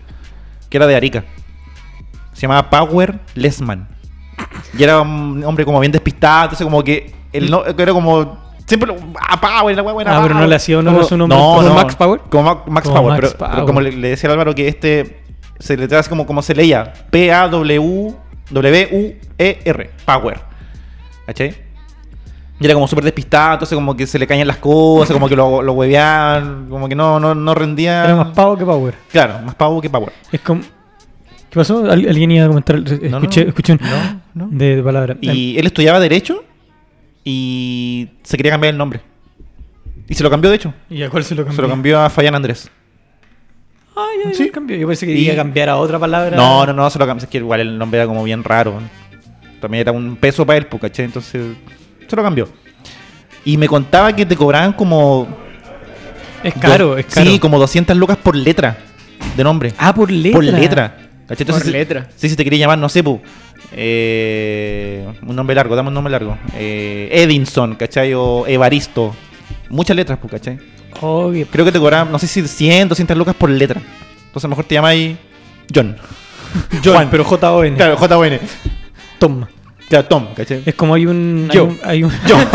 Que era de Arica. Se llamaba Power Lesman. Y era un hombre como bien despistado, entonces como que el no, era como siempre lo- ah, Power, la buena.
Ah, pero no le hacía honor a su nombre.
No,
¿Como
no.
Max Power?
Como Ma- Max
Como
Power,
Max
pero, pero
Power.
como le, le decía al Álvaro que este se le trae así como como se leía P A W W U E R, Power. ¿Cachai? Y era como súper despistado, entonces como que se le caían las cosas, como que lo, lo hueveaban, como que no, no, no rendía.
Era más pavo que Power.
Claro, más pavo que power.
Es como. ¿Qué pasó? Al- alguien iba a comentar. Escuché,
no.
escuché un.
No, no.
De, de palabra.
Y él estudiaba Derecho y se quería cambiar el nombre. Y se lo cambió, de hecho.
¿Y a cuál se lo cambió?
Se lo cambió a Fayán Andrés.
Ah, ya, ya
Sí.
lo cambió. Yo pensé que
Y-
iba a cambiar a otra palabra.
No, no, no, se lo cambió. Es que igual el nombre era como bien raro. También era un peso para él, pues, ¿cachai? Entonces se lo cambió. Y me contaba que te cobraban como...
Es caro,
do-
es caro.
Sí, como 200 lucas por letra de nombre.
Ah, por letra.
Por letra. ¿Cachai?
Por
si-
letra.
Sí, si te quería llamar, no sé, pu. eh, un nombre largo, dame un nombre largo. Eh, Edinson, ¿cachai? O Evaristo. Muchas letras, pu, ¿cachai?
Oh, qué
Creo que te cobraban, no sé si 100, 200 lucas por letra. Entonces, mejor te llamáis John. John,
Juan, pero J-O-N.
Claro, JN.
Tom.
Claro, Tom, ¿cachai?
Es como hay un.
Yo.
Hay un, hay un-
John.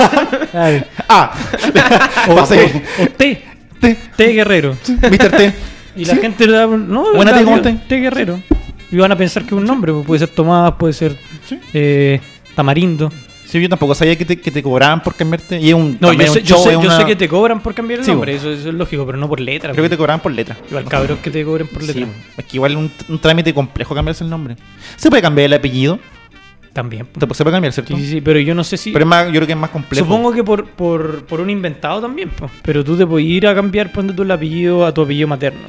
Claro.
ah.
O,
Pasa que-
o- o T.
T.
T Guerrero.
Mr. T.
Y la gente le da. un- No,
Buena
la-
T, ¿cómo estás?
T Guerrero. y van a pensar que es un nombre. pues Puede ser Tomás, puede ser
Sí.
eh, Tamarindo.
Sí, yo tampoco sabía que te, que te cobraban por cambiarte. Y es un,
No,
también es
yo sé,
un
yo,
show,
sé,
es
yo
una-
sé que te cobran por cambiar el
Sí,
nombre,
bo.
eso, eso es lógico, pero no por letra.
Creo
bo.
que te cobraban por letra.
Igual cabros que te cobren por letra.
Sí, es que igual un, un trámite complejo cambiarse el nombre. Se puede cambiar el apellido.
También. po.
Se puede cambiar,
Sí,
¿cierto?
sí, sí, pero yo no sé si...
Pero es más, yo creo que es más complejo.
Supongo que por, por, por un inventado también, po. pero tú te puedes ir a cambiar ponte tú el apellido a tu apellido materno.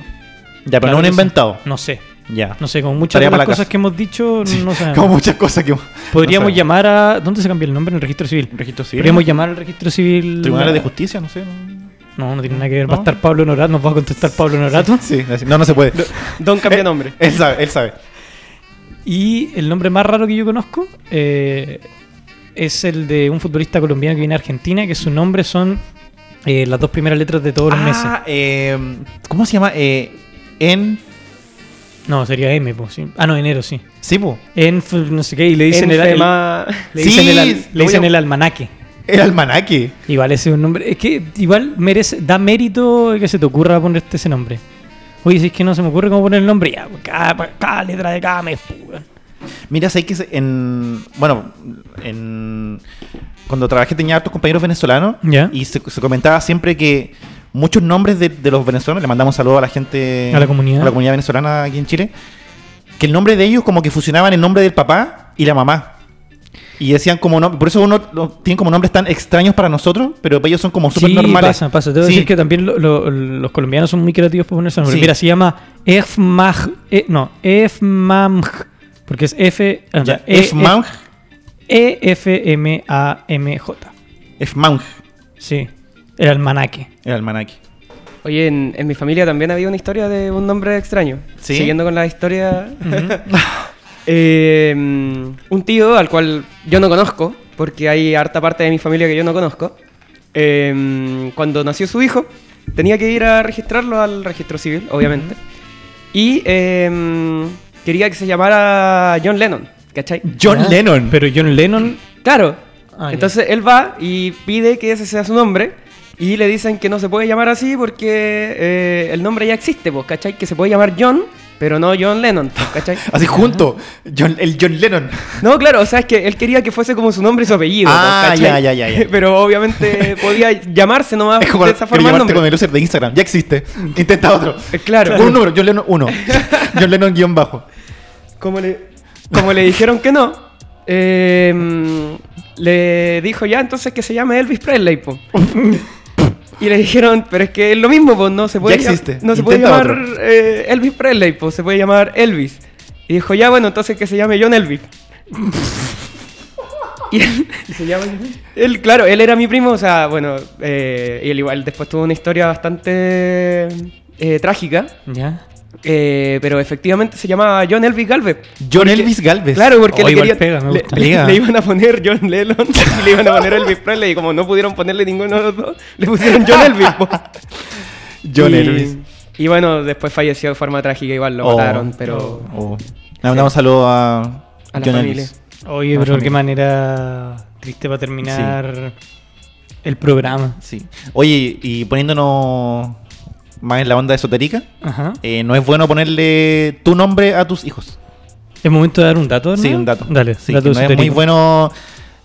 Ya, pero
Claro
no un
que sí.
inventado.
No sé,
Ya.
no sé, como muchas
Tarea
de
para
las
la
cosas
casa.
que hemos dicho, no sabemos.
Como muchas cosas que.
Podríamos
no sabemos.
llamar a... ¿Dónde se cambia el nombre? En el registro civil.
Registro civil.
Podríamos llamar al registro civil...
Tribunales de justicia, no sé. ¿no?
No, no tiene nada que ver. Va a
¿No?
estar Pablo Norato, nos va a contestar Pablo Norato.
Sí, así- no, no se puede.
Don cambia nombre.
Él sabe, él sabe.
Y el nombre más raro que yo conozco eh, es el de un futbolista colombiano que viene a Argentina, que su nombre son eh, las dos primeras letras de todos los meses.
Ah, eh, ¿Cómo se llama? Eh, en.
No, sería M, po, sí. Ah, no, enero, sí.
Sí, po.
En f- no sé qué, y le dicen, el, el-
Enfema-
le dicen
Sí,
el al-
lo
le dicen
voy a-
el almanaque.
El almanaque.
Igual ese es un nombre. Es que igual merece, da mérito que se te ocurra ponerte ese nombre. Oye, si es que no se me ocurre cómo poner el nombre, ya, pues, cada, cada letra de cada mes, pues, weón.
Mira, sé que se- en. Bueno, en. Cuando trabajé tenía hartos compañeros venezolanos.
Ya.
Y se, se comentaba siempre que muchos nombres de, de los venezolanos, le mandamos un saludo a la gente.
A la comunidad.
A la comunidad venezolana aquí en Chile. Que el nombre de ellos como que fusionaban el nombre del papá y la mamá. Y decían como no, por eso uno lo- tienen como nombres tan extraños para nosotros, pero para ellos son como súper
sí,
normales.
pasa, pasa. Debo
Sí.
decir que también lo- lo- los colombianos son muy creativos para ponerse nombres.
Sí.
Mira, se llama Efmaj. eh, no, Efmamj. Porque es F. ah,
Ya,
E-
F-Manj,
E- E-F-M-A-M-J.
F-Manj,
Sí, el almanaque.
el almanaque.
Oye, en, en mi familia también había una historia de un nombre extraño.
¿Sí?
Siguiendo con la historia. Eh, un tío al cual yo no conozco, porque hay harta parte de mi familia que yo no conozco. eh, cuando nació su hijo, tenía que ir a registrarlo al registro civil, obviamente. Y eh, quería que se llamara John Lennon, ¿cachai?
John
Ya.
Lennon.
Pero John Lennon.
Claro.
Ah, ya.
Entonces él va y pide que ese sea su nombre. Y le dicen que no se puede llamar así porque eh, el nombre ya existe, pues, ¿cachai? Que se puede llamar John, pero no John Lennon, pues, ¿cachai?
Así junto, John- el John Lennon.
No, claro, o sea, es que él quería que fuese como su nombre y su apellido, pues,
Ah,
¿cachai?
ya, ya, ya, ya.
Pero obviamente podía llamarse nomás
Es como
de
el,
esa
quiero
forma el
llevarte
nombre.
con el user de Instagram. Ya existe. Intenta otro.
Eh, claro.
Con un número, John Lennon 1. John Lennon guión bajo.
Como le, como le dijeron que no, eh, mm, le dijo ya entonces que se llame Elvis Presley, po. Y le dijeron, pero es que es lo mismo, po, no se puede,
Ya
llam-
existe,
No se puede
intenta
llamar
otro.
eh, Elvis Presley, po, se puede llamar Elvis. Y dijo, ya bueno, entonces que se llame John Elvis. y él, él, claro, él era mi primo, o sea, bueno, eh, y él igual después tuvo una historia bastante eh, trágica,
Ya.
eh, pero efectivamente se llamaba John Elvis Galvez.
John Elvis Galvez.
Claro, porque
Oh,
le,
igual
querían-
pega, me
le-
gusta.
le-
Pega.
le iban a poner John Lennon y le iban a poner Elvis Presley. Y como no pudieron ponerle ninguno de los dos, le pusieron John Elvis. po.
Oh, John
Y-
Elvis.
Y bueno, después falleció de forma trágica, igual lo
Oh.
mataron, pero.
Oh. Le mandamos un saludo a,
A la
John
familia.
Elvis.
Oye,
Ah,
pero qué
familia.
manera triste para terminar el programa.
Sí. Oye, y poniéndonos más en la onda esotérica,
Ajá.
eh, no es bueno ponerle tu nombre a tus hijos.
¿Es momento de dar un dato?
Sí,
hermano?
un dato.
Dale,
Sí,
dato
que no es muy
esotérico.
bueno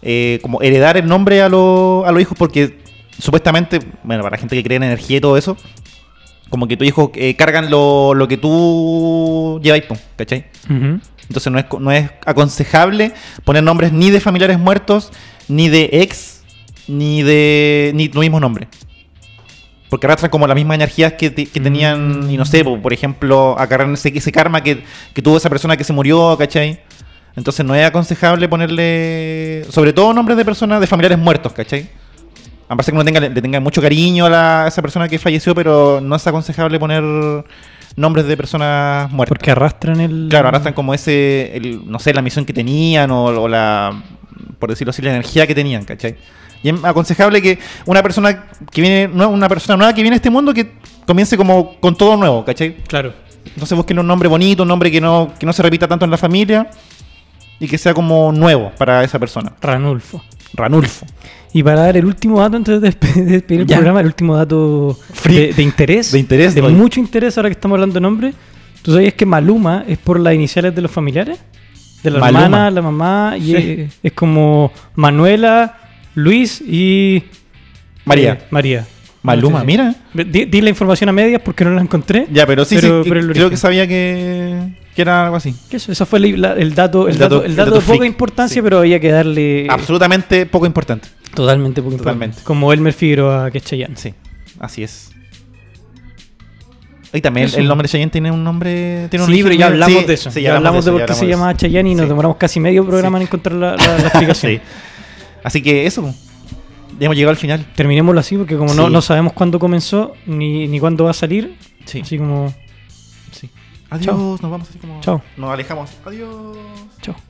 eh, como heredar el nombre a, los- a los hijos porque supuestamente, bueno, para la gente que cree en energía y todo eso, como que tus hijos eh, cargan lo, lo que tú lleváis, po, ¿cachai?
Ujú.
Entonces no es, no es aconsejable poner nombres ni de familiares muertos, ni de ex, ni de ni tu mismo nombre. Porque arrastran como las mismas energías que, te- que tenían, y no sé, po, por ejemplo, acarrean ese, ese karma que, que tuvo esa persona que se murió, ¿cachai? Entonces no es aconsejable ponerle, sobre todo nombres de personas, de familiares muertos, ¿cachai? A pesar que uno tenga, le tenga mucho cariño a, la- a esa persona que falleció, pero no es aconsejable poner nombres de personas muertas.
Porque arrastran el.
Claro, ahora están como ese, el- no sé, la misión que tenían o, o la, por decirlo así, la energía que tenían, ¿cachai? Y es aconsejable que una persona que viene, nue- una persona nueva que viene a este mundo que comience como con todo nuevo, ¿cachai?
Claro.
Entonces busquen un nombre bonito, un nombre que no, que no se repita tanto en la familia y que sea como nuevo para esa persona.
Ranulfo.
Ranulfo.
Y para dar el último dato antes de despe- de despedir el
Ya.
programa, el último dato
Free.
de, de interés.
De interés,
De
oye.
mucho interés ahora que estamos hablando de nombres. ¿Tú sabías que Maluma es por las iniciales de los familiares? De la
Maluma.
hermana, la mamá, y
Sí.
es, es como Manuela, Luis y...
María.
eh, María.
Maluma,
Sí, sí.
mira.
Ve- Di, di la información a medias porque no la encontré.
Ya, pero sí,
Pero-
sí,
pero el
creo
origen.
que sabía que, que era algo así.
Que eso, eso fue el, la- el dato, el,
El
dato,
dato-
el
el
dato
dato
de poca
freak.
importancia,
Sí.
pero había que darle
Absolutamente poco importante.
totalmente poca
Totalmente.
importancia. Como Elmer Figueroa que es Chayanne.
Sí, así es. Y también
Eso.
el nombre de Cheyenne tiene un nombre. Tiene un
Sí, pero
origen
ya
muy-
hablamos
sí,
de eso.
sí,
ya hablamos de
eso,
por
ya
qué se
hablamos de
llamaba
eso.
Chayanne y nos
Sí.
demoramos casi medio programa en encontrar la, la- la explicación.
Sí. Así que eso. Ya hemos llegado al final.
Terminémoslo así porque como no,
Sí.
no sabemos cuándo comenzó ni, ni cuándo va a salir,
Sí.
así como...
sí. Adiós,
Chao.
nos vamos así como.
Chao.
Nos alejamos. Adiós.
Chao.